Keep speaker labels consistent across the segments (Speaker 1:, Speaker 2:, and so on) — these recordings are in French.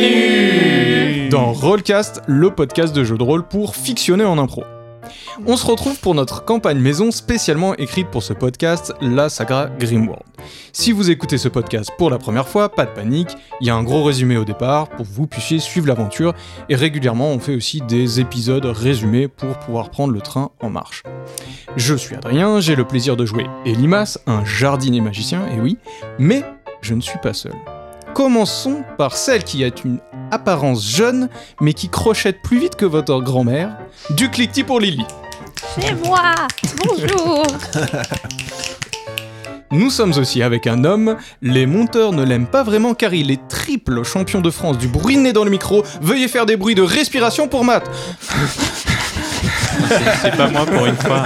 Speaker 1: Bienvenue
Speaker 2: dans Rollcast, le podcast de jeux de rôle pour fictionner en impro. On se retrouve pour notre campagne maison spécialement écrite pour ce podcast, la saga Grimworld. Si vous écoutez ce podcast pour la première fois, pas de panique, il y a un gros résumé au départ pour que vous puissiez suivre l'aventure et régulièrement on fait aussi des épisodes résumés pour pouvoir prendre le train en marche. Je suis Adrien, j'ai le plaisir de jouer Elimas, un jardinier magicien, et oui, mais je ne suis pas seul. Commençons par celle qui a une apparence jeune, mais qui crochette plus vite que votre grand-mère, du cliquetis pour Lily.
Speaker 3: C'est moi Bonjour
Speaker 2: Nous sommes aussi avec un homme, les monteurs ne l'aiment pas vraiment car il est triple champion de France du bruit de nez dans le micro, veuillez faire des bruits de respiration pour Matt
Speaker 1: C'est pas moi pour une fois.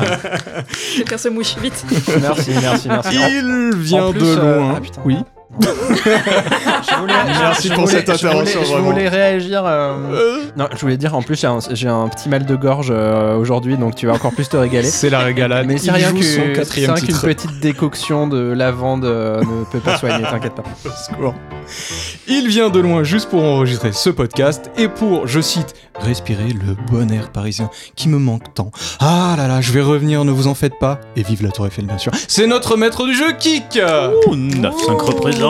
Speaker 3: Quelqu'un se mouche vite.
Speaker 4: Merci, merci, merci.
Speaker 2: Il vient
Speaker 4: Ah, en plus,
Speaker 2: de
Speaker 4: euh,
Speaker 2: loin.
Speaker 4: ah, putain.
Speaker 2: oui.
Speaker 4: Je voulais-
Speaker 2: Merci
Speaker 4: je
Speaker 2: pour
Speaker 4: voulais-
Speaker 2: cette
Speaker 4: je voulais-
Speaker 2: intervention,
Speaker 4: Je
Speaker 2: vraiment.
Speaker 4: voulais réagir. euh,
Speaker 2: Euh,
Speaker 4: Non, je voulais dire, en plus, j'ai un, j'ai un petit mal de gorge euh, aujourd'hui, donc tu vas encore plus te régaler.
Speaker 2: C'est la régalade.
Speaker 4: Mais c'est
Speaker 2: Ah, Il
Speaker 4: rien
Speaker 2: joue
Speaker 4: que
Speaker 2: son
Speaker 4: c'est
Speaker 2: quatrième
Speaker 4: rien qu'une
Speaker 2: titre.
Speaker 4: petite décoction de lavande euh, ne peut pas soigner, t'inquiète pas.
Speaker 2: Au secours. Il vient de loin juste pour enregistrer ce podcast et pour, je cite, respirer le bon air parisien qui me manque tant. Ah là là, je vais revenir, ne vous en faites pas. Et vive la Tour Eiffel, bien sûr. C'est notre maître du jeu, Kik
Speaker 1: Ouh, 9-5 représente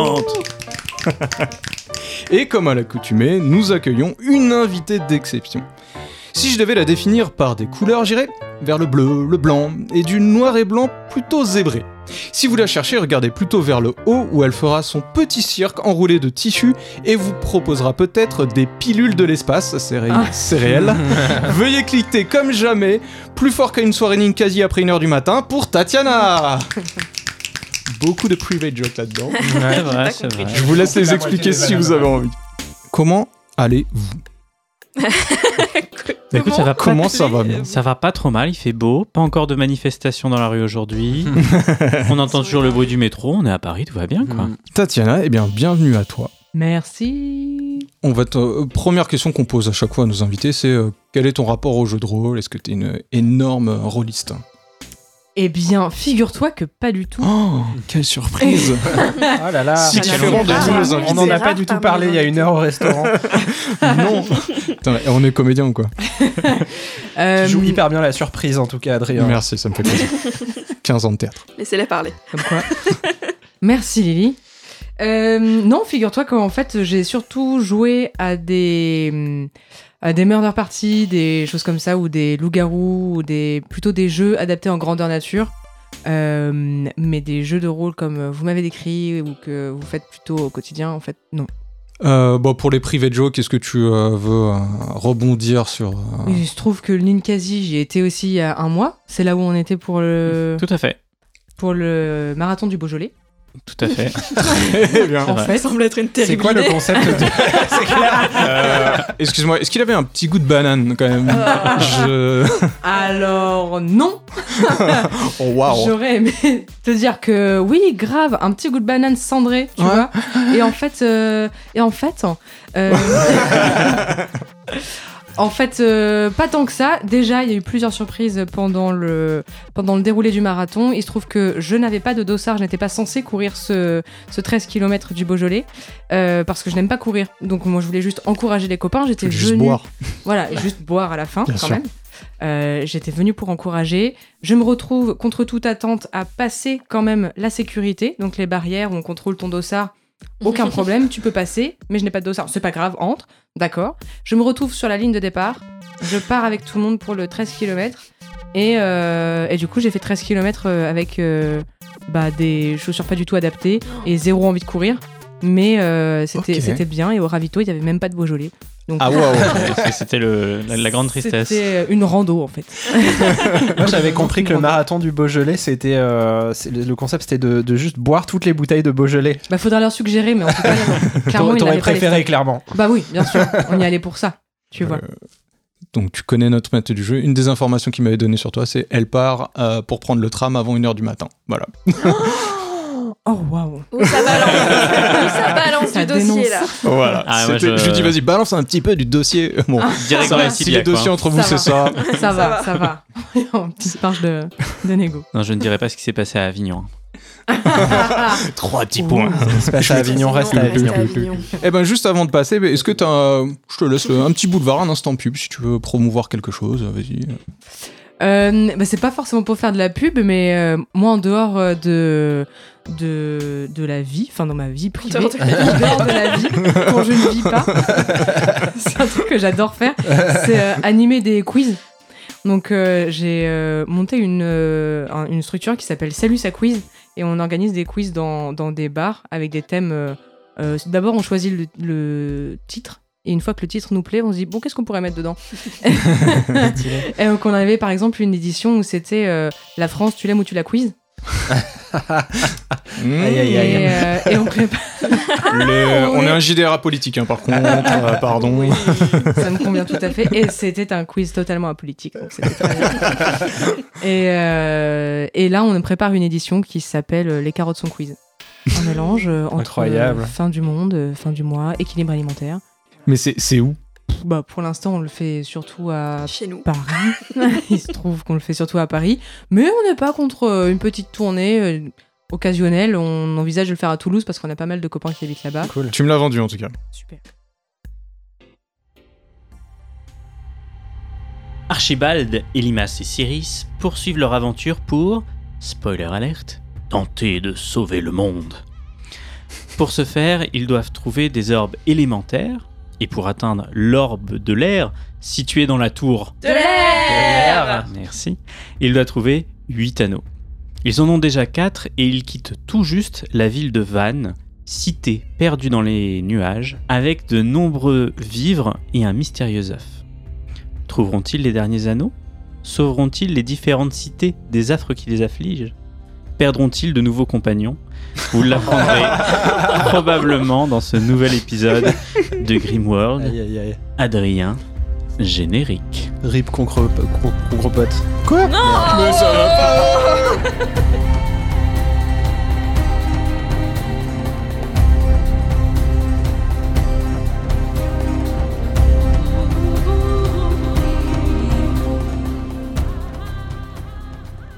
Speaker 2: Et comme à l'accoutumée, nous accueillons une invitée d'exception. Si je devais la définir par des couleurs, j'irais vers le bleu, le blanc et du noir et blanc plutôt zébré. Si vous la cherchez, regardez plutôt vers le haut où elle fera son petit cirque enroulé de tissu et vous proposera peut-être des pilules de l'espace, c'est ré-
Speaker 3: Ah.
Speaker 2: c'est réel.
Speaker 4: Mm.
Speaker 2: Veuillez cliquer comme jamais, plus fort qu'à une soirée Ninkasi après une heure du matin pour Tatiana Beaucoup de private jokes là-dedans.
Speaker 1: Ouais, vrai,
Speaker 3: c'est compris.
Speaker 2: Je vous laisse
Speaker 4: C'est
Speaker 2: les
Speaker 4: la moitié
Speaker 2: expliquer
Speaker 4: des
Speaker 2: si
Speaker 4: bananes.
Speaker 2: vous avez envie. Comment allez-vous
Speaker 1: écoute, ça va pas
Speaker 2: Comment ça va bien
Speaker 1: Ça va pas trop mal, il fait beau, pas encore de manifestation dans la rue aujourd'hui. on entend toujours le bruit du métro, on est à Paris, tout va bien quoi.
Speaker 4: Mm.
Speaker 2: Tatiana, eh bien, bienvenue à toi.
Speaker 5: Merci.
Speaker 2: On va te- euh, Première question qu'on pose à chaque fois à nos invités, c'est euh, quel est ton rapport au jeu de rôle Est-ce que t'es une énorme euh, rôliste
Speaker 5: Eh bien, figure-toi que pas du tout.
Speaker 2: Oh, quelle surprise
Speaker 4: Oh là là.
Speaker 2: Si
Speaker 3: quel
Speaker 2: différent de
Speaker 3: enfer.
Speaker 2: tous les
Speaker 3: Ah,
Speaker 4: On
Speaker 2: invités. Euh,
Speaker 4: n'en a
Speaker 3: C'est
Speaker 4: pas
Speaker 3: rare
Speaker 4: du tout
Speaker 3: parmi
Speaker 4: parlé
Speaker 3: les
Speaker 4: il y a une heure au restaurant.
Speaker 2: Non Putain, et On est comédien ou quoi
Speaker 5: Euh,
Speaker 4: Tu joues hyper bien la surprise en tout cas, Adrien.
Speaker 2: Merci, ça me fait plaisir. 15 ans de théâtre.
Speaker 3: Laissez-les parler.
Speaker 5: comme quoi. Merci Lily. Euh, non, figure-toi qu'en fait, j'ai surtout joué à des à des murder parties, des choses comme ça, ou des loups-garous, ou des plutôt des jeux adaptés en grandeur nature. Euh, mais des jeux de rôle comme vous m'avez décrit ou que vous faites plutôt au quotidien, en fait, non.
Speaker 2: Euh, bon, pour les privés de jokes, est-ce que tu euh, veux euh, rebondir sur... euh,
Speaker 4: Ah.
Speaker 5: Il se trouve que le Ninkasi, j'y étais aussi il y a un mois. C'est là où on était pour le
Speaker 1: Tout à fait,
Speaker 5: pour le marathon du Beaujolais.
Speaker 1: tout à fait.
Speaker 2: Eh bien,
Speaker 5: En
Speaker 1: vrai.
Speaker 5: fait,
Speaker 3: Ça semble être une
Speaker 4: C'est
Speaker 3: terrible
Speaker 4: quoi le
Speaker 3: idée.
Speaker 4: concept de... C'est clair.
Speaker 2: euh, excuse-moi, est-ce qu'il avait un petit goût de banane quand même Je...
Speaker 5: Alors non,
Speaker 2: Oh, waouh
Speaker 5: j'aurais aimé te dire que oui, grave, un petit goût de banane cendrée, tu
Speaker 2: Ouais.
Speaker 5: vois. Et en fait, euh, et en fait, euh, en fait, euh, pas tant que ça. Déjà, il y a eu plusieurs surprises pendant le pendant le déroulé du marathon. Il se trouve que je n'avais pas de dossard, je n'étais pas censée courir ce ce 13 km du Beaujolais euh, parce que je n'aime pas courir. Donc moi, je voulais juste encourager les copains. J'étais
Speaker 2: Juste
Speaker 5: venue-
Speaker 2: boire.
Speaker 5: Voilà, et juste boire à la fin,
Speaker 2: Bien
Speaker 5: quand
Speaker 2: sûr.
Speaker 5: même. Euh, J'étais venue pour encourager. Je me retrouve, contre toute attente, à passer quand même la sécurité, donc les barrières où on contrôle ton dossard. Aucun problème, tu peux passer, mais je n'ai pas de dossard. C'est pas grave, entre. D'accord. Je me retrouve sur la ligne de départ. Je pars avec tout le monde pour le 13 km. Et, euh, et du coup, j'ai fait 13 km avec euh, bah, des chaussures pas du tout adaptées et zéro envie de courir. Mais euh, c'était
Speaker 2: Ok.
Speaker 5: c'était bien. Et au ravito, il n'y avait même pas de Beaujolais. Donc,
Speaker 2: Ah, waouh
Speaker 1: C'est- C'était le- la, la grande tristesse.
Speaker 5: c'était une rando en fait.
Speaker 4: Moi j'avais compris que le marathon du Beaujolais c'était euh, c'est- le concept c'était de, de juste boire toutes les bouteilles de Beaujolais.
Speaker 5: Bah faudra leur suggérer, mais en tout cas, clairement,
Speaker 4: T'aurais
Speaker 5: ils
Speaker 4: t'aurais
Speaker 5: n'avaient pas les
Speaker 4: préféré
Speaker 5: stocks.
Speaker 4: clairement.
Speaker 5: Bah oui, bien sûr, on y allait pour ça.
Speaker 1: Euh.
Speaker 5: Tu vois.
Speaker 2: Donc tu connais notre maître du jeu. Une des informations qu'il m'avait donné sur toi, c'est elle part euh, pour prendre le tram avant 1h du matin. Voilà.
Speaker 5: Oh waouh.
Speaker 3: Où ça balance, Où ça balance
Speaker 5: Ça
Speaker 3: du dossier
Speaker 5: dénonce.
Speaker 3: là.
Speaker 2: voilà.
Speaker 1: Ah, moi,
Speaker 2: C'était-
Speaker 1: je- Ah,
Speaker 2: je... lui dis vas-y, balance un petit peu du dossier. Bon,
Speaker 1: Direct
Speaker 2: ça
Speaker 1: dans
Speaker 2: va,
Speaker 1: la
Speaker 2: si
Speaker 1: Sibia,
Speaker 2: les
Speaker 1: quoi.
Speaker 2: dossiers entre vous,
Speaker 5: Ça
Speaker 2: c'est ça.
Speaker 5: Ça, va, ça va. en petite marge de, de négo.
Speaker 1: Non, je ne dirais pas ce qui s'est passé à Avignon.
Speaker 2: Trois petits points.
Speaker 4: se passe à Avignon, reste à Avignon.
Speaker 2: Eh ben juste avant de passer, est-ce que t'as, je te laisse un petit boulevard, un instant pub si tu veux promouvoir quelque chose, vas-y.
Speaker 5: Euh, bah, c'est pas forcément pour faire de la pub, mais euh, moi en dehors euh, de, de, de la vie, enfin dans ma vie privée, en
Speaker 3: dehors
Speaker 5: dehors
Speaker 3: de
Speaker 5: de la vie, quand je ne vis pas, c'est un truc que j'adore faire, c'est euh, animer des quiz. Donc euh, j'ai euh, monté une, euh, un- une structure qui s'appelle Salut sa quiz et on organise des quiz dans, dans des bars avec des thèmes. euh, euh, D'abord on choisit le, le titre et une fois que le titre nous plaît, on se dit bon qu'est-ce qu'on pourrait mettre dedans. Et donc on avait par exemple une édition où c'était euh, la France tu l'aimes ou tu la quiz
Speaker 2: Mmh.
Speaker 4: Aïe, aïe,
Speaker 5: et,
Speaker 4: aïe.
Speaker 5: euh, et on prépa-
Speaker 1: Ah,
Speaker 2: Le- on est un JDR politique, hein, par contre. euh, pardon.
Speaker 5: ça me convient tout à fait. Et c'était un quiz totalement apolitique. donc c'était très bien. et, euh, et là, on prépare une édition qui s'appelle euh, Les carottes sont quiz. Un mélange euh, entre
Speaker 4: Incroyable.
Speaker 5: euh, fin du monde, euh, fin du mois, équilibre alimentaire.
Speaker 2: Ah. Mais c'est, c'est où
Speaker 5: Pff, Bah, pour l'instant, on le fait surtout à
Speaker 3: Chez nous.
Speaker 5: Paris. Il se trouve qu'on le fait surtout à Paris. Mais on n'est pas contre euh, une petite tournée euh, occasionnelle. On envisage de le faire à Toulouse parce qu'on a pas mal de copains qui habitent là-bas.
Speaker 4: Cool.
Speaker 2: Tu me l'as vendu en tout cas.
Speaker 5: Super.
Speaker 1: Archibald, Elimas et Cyrus poursuivent leur aventure pour, spoiler alerte, tenter de sauver le monde. Pour ce faire, ils doivent trouver des orbes élémentaires, et pour atteindre l'orbe de l'air, située dans la tour
Speaker 3: De l'air
Speaker 1: Ah, Merci. Il doit trouver 8 anneaux. Ils en ont déjà 4 et ils quittent tout juste la ville de Vannes, cité perdue dans les nuages, avec de nombreux vivres et un mystérieux œuf. Trouveront-ils les derniers anneaux Sauveront-ils les différentes cités des affres qui les affligent Perdront-ils de nouveaux compagnons Vous l'apprendrez probablement dans ce nouvel épisode de Grimworld.
Speaker 4: Aïe, aïe, aïe.
Speaker 1: Adrien, générique.
Speaker 4: Rip contre gros pote.
Speaker 2: Mais ça va pas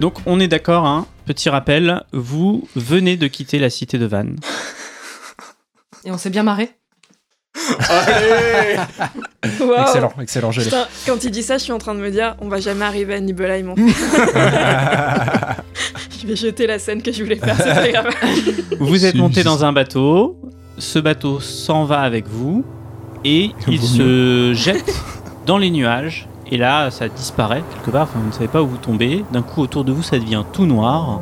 Speaker 1: Donc on est d'accord, hein. petit rappel, vous venez de quitter la cité de Vannes.
Speaker 5: Et on s'est bien marré.
Speaker 3: Wow.
Speaker 4: Excellent, excellent, je l'ai.
Speaker 3: Putain, quand il dit ça, je suis en train de me dire on va jamais arriver à Nibelheim. en fait. je vais jeter la scène que je voulais faire, c'est pas grave.
Speaker 1: Vous êtes
Speaker 2: C'est
Speaker 1: monté
Speaker 2: juste-
Speaker 1: dans un bateau, ce bateau s'en va avec vous et il
Speaker 2: Vaut
Speaker 1: se jette dans les nuages et là ça disparaît quelque part, enfin, vous ne savez pas où vous tombez, d'un coup autour de vous ça devient tout noir.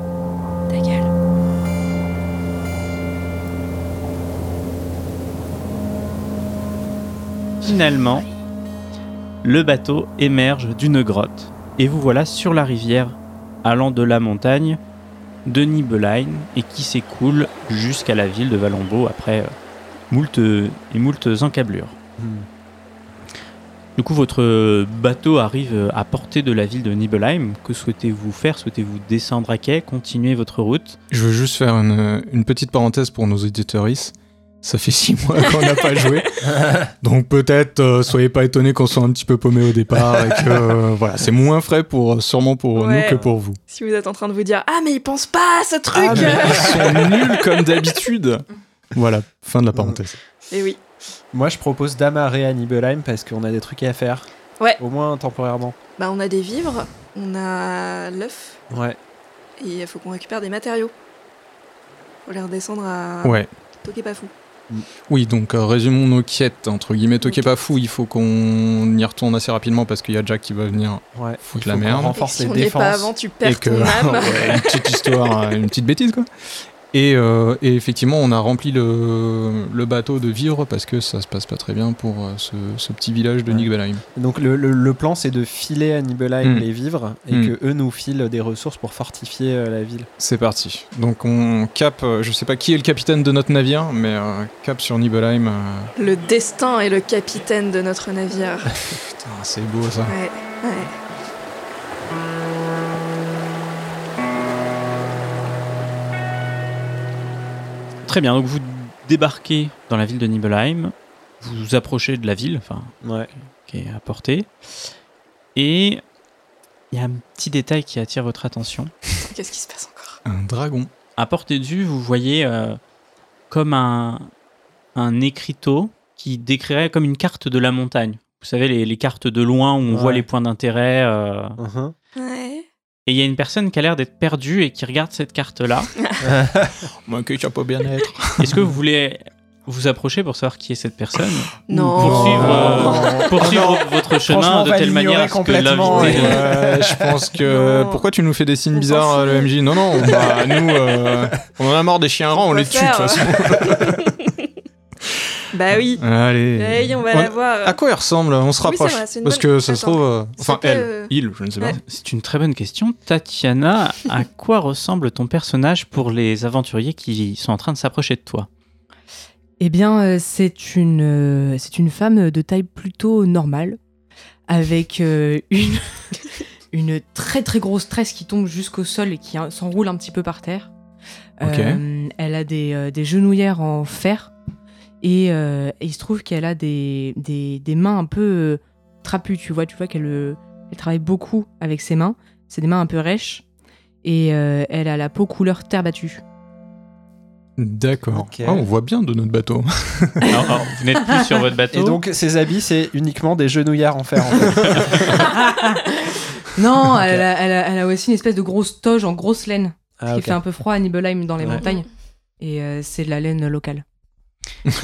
Speaker 3: Ta gueule.
Speaker 1: Finalement, le bateau émerge d'une grotte et vous voilà sur la rivière allant de la montagne de Nibelheim et qui s'écoule jusqu'à la ville de Valombo après euh, moult euh, et moult encablures. Du coup, votre euh, bateau arrive euh, à portée de la ville de Nibelheim. Que souhaitez-vous faire Souhaitez-vous descendre à quai, continuer votre route
Speaker 2: Je veux juste faire une, une petite parenthèse pour nos auditeurs. Ça fait six mois qu'on n'a pas joué. Donc peut-être, euh, soyez pas étonnés qu'on soit un petit peu paumé au départ et que euh, voilà, c'est moins frais pour, euh, sûrement pour
Speaker 3: Ouais.
Speaker 2: nous que pour vous.
Speaker 3: Si vous êtes en train de vous dire ah mais il pense pas à ce truc.
Speaker 4: Ah,
Speaker 2: ils sont nuls comme d'habitude. Voilà, fin de la parenthèse.
Speaker 3: Et Eh oui.
Speaker 4: Moi, je propose d'amarrer à Nibelheim parce qu'on a des trucs à faire.
Speaker 3: Ouais.
Speaker 4: Au moins temporairement.
Speaker 3: Bah on a des vivres, on a l'œuf
Speaker 4: Ouais.
Speaker 3: et il faut qu'on récupère des matériaux. Faut les redescendre à
Speaker 2: Ouais.
Speaker 3: Tokepafou.
Speaker 2: Oui, donc euh, résumons nos quêtes, entre guillemets, toquez pas fou, il faut qu'on y retourne assez rapidement parce qu'il y a Jack qui va venir
Speaker 4: Ouais.
Speaker 2: foutre
Speaker 4: Il
Speaker 2: la
Speaker 4: faut qu'on
Speaker 2: merde.
Speaker 3: Et
Speaker 4: Renforce
Speaker 3: si
Speaker 4: les
Speaker 3: on n'y est pas
Speaker 4: défenses.
Speaker 3: avant, tu
Speaker 2: et
Speaker 3: perds
Speaker 2: que
Speaker 3: ton âme.
Speaker 2: Ouais, une petite histoire, euh, une petite bêtise quoi. Et, euh, et effectivement, on a rempli le, le bateau de vivres parce que ça se passe pas très bien pour euh, ce, ce petit village de
Speaker 4: Ouais.
Speaker 2: Nibelheim.
Speaker 4: Donc le, le- le plan, c'est de filer à Nibelheim
Speaker 2: Mm.
Speaker 4: les vivres et
Speaker 2: Mm.
Speaker 4: que eux nous filent des ressources pour fortifier euh, la ville.
Speaker 2: C'est parti. Donc on cap, euh, je sais pas qui est le capitaine de notre navire, mais euh, cap sur Nibelheim. euh,
Speaker 3: Le destin est le capitaine de notre navire.
Speaker 2: putain, c'est beau ça.
Speaker 3: Ouais, ouais.
Speaker 1: Très bien, donc vous débarquez dans la ville de Nibelheim, vous vous approchez de la ville, enfin
Speaker 4: Ouais.
Speaker 1: qui est à portée, et il y a un petit détail qui attire votre attention.
Speaker 3: Qu'est-ce qui se passe encore
Speaker 2: Un dragon.
Speaker 1: à portée de vue, vous voyez euh, comme un, un écriteau qui décrirait comme une carte de la montagne. Vous savez, les, les cartes de loin où on
Speaker 4: Ouais.
Speaker 1: voit les points d'intérêt. euh,
Speaker 4: Mhm.
Speaker 3: Ouais.
Speaker 1: Et il y a une personne qui a l'air d'être perdue et qui regarde cette carte-là.
Speaker 2: Moi, que tu pas bien être.
Speaker 1: Est-ce que vous voulez vous approcher pour savoir qui est cette personne
Speaker 3: Non.
Speaker 1: Poursuivre,
Speaker 4: Oh. Non.
Speaker 1: euh, poursuivre votre
Speaker 4: Franchement,
Speaker 1: chemin
Speaker 4: on
Speaker 1: de
Speaker 4: va
Speaker 1: telle
Speaker 4: l'ignorer
Speaker 1: manière à ce que
Speaker 4: complètement,
Speaker 1: l'invité
Speaker 4: ouais.
Speaker 1: ne-
Speaker 2: Ouais, je pense que.
Speaker 3: Non.
Speaker 2: Pourquoi tu nous fais des signes
Speaker 3: On
Speaker 2: bizarres,
Speaker 3: s'en
Speaker 2: euh, le
Speaker 3: fout.
Speaker 2: MJ Non, non, bah, nous, euh, on en a mort des chiens
Speaker 3: Qu'est-ce
Speaker 2: errants, on
Speaker 3: qu'on
Speaker 2: les
Speaker 3: peut
Speaker 2: tue de toute
Speaker 3: faire
Speaker 2: façon.
Speaker 3: Bah oui.
Speaker 2: Allez.
Speaker 3: Hey, on va
Speaker 2: On-
Speaker 3: la voir.
Speaker 2: À quoi elle ressemble On se
Speaker 3: Oui, c'est
Speaker 2: rapproche.
Speaker 3: vrai, c'est une
Speaker 2: Parce
Speaker 3: bonne-
Speaker 2: que ça se
Speaker 3: Attends.
Speaker 2: trouve. euh, Enfin,
Speaker 3: C'était,
Speaker 2: elle,
Speaker 3: euh,
Speaker 2: il, je ne sais pas.
Speaker 3: ouais.
Speaker 1: C'est une très bonne question. Tatiana, à quoi ressemble ton personnage pour les aventuriers qui sont en train de s'approcher de toi
Speaker 5: Eh bien, euh, c'est une, euh, c'est une femme de taille plutôt normale, avec euh, une, une très très grosse tresse qui tombe jusqu'au sol et qui hein, s'enroule un petit peu par terre.
Speaker 2: Ok.
Speaker 5: Euh, elle a des, euh, des genouillères en fer et, euh, et il se trouve qu'elle a des, des, des mains un peu euh, trapues, tu vois. Tu vois qu'elle euh, elle travaille beaucoup avec ses mains. C'est des mains un peu rêches et euh, elle a la peau couleur terre battue.
Speaker 2: D'accord.
Speaker 4: Ok.
Speaker 2: Ah, on voit bien de notre bateau.
Speaker 1: Alors, alors, oh, Vous n'êtes plus sur votre bateau.
Speaker 4: Et donc, ses habits, c'est uniquement des genouillards en fer. En fait.
Speaker 5: Non, elle, a, elle a- elle a aussi une espèce de grosse toge en grosse laine,
Speaker 4: Ah,
Speaker 5: qui
Speaker 4: ok.
Speaker 5: fait un peu froid à Nibelheim dans les
Speaker 4: Ouais.
Speaker 5: montagnes. Et euh, c'est de la laine locale.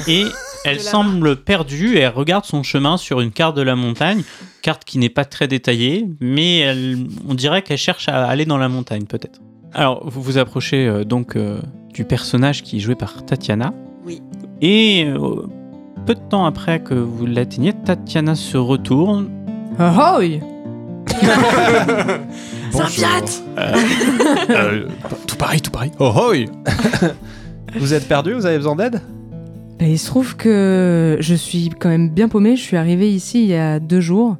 Speaker 1: Et elle
Speaker 3: De la
Speaker 1: semble perdue et elle regarde son chemin sur une carte de la montagne, carte qui n'est pas très détaillée, mais elle- on dirait qu'elle cherche à aller dans la montagne peut-être. Alors vous vous approchez euh, donc euh, du personnage qui est joué par Tatiana.
Speaker 3: Oui.
Speaker 1: Et euh, peu de temps après que vous l'atteigniez, Tatiana se retourne.
Speaker 5: Ahoy
Speaker 2: Ah,
Speaker 3: C'est un pirate
Speaker 2: Euh, tout pareil, tout pareil. Oh, hoi
Speaker 4: Vous êtes perdu Vous avez besoin d'aide
Speaker 5: Bah, Il se trouve que je suis quand même bien paumée. Je suis arrivée ici il y a deux jours.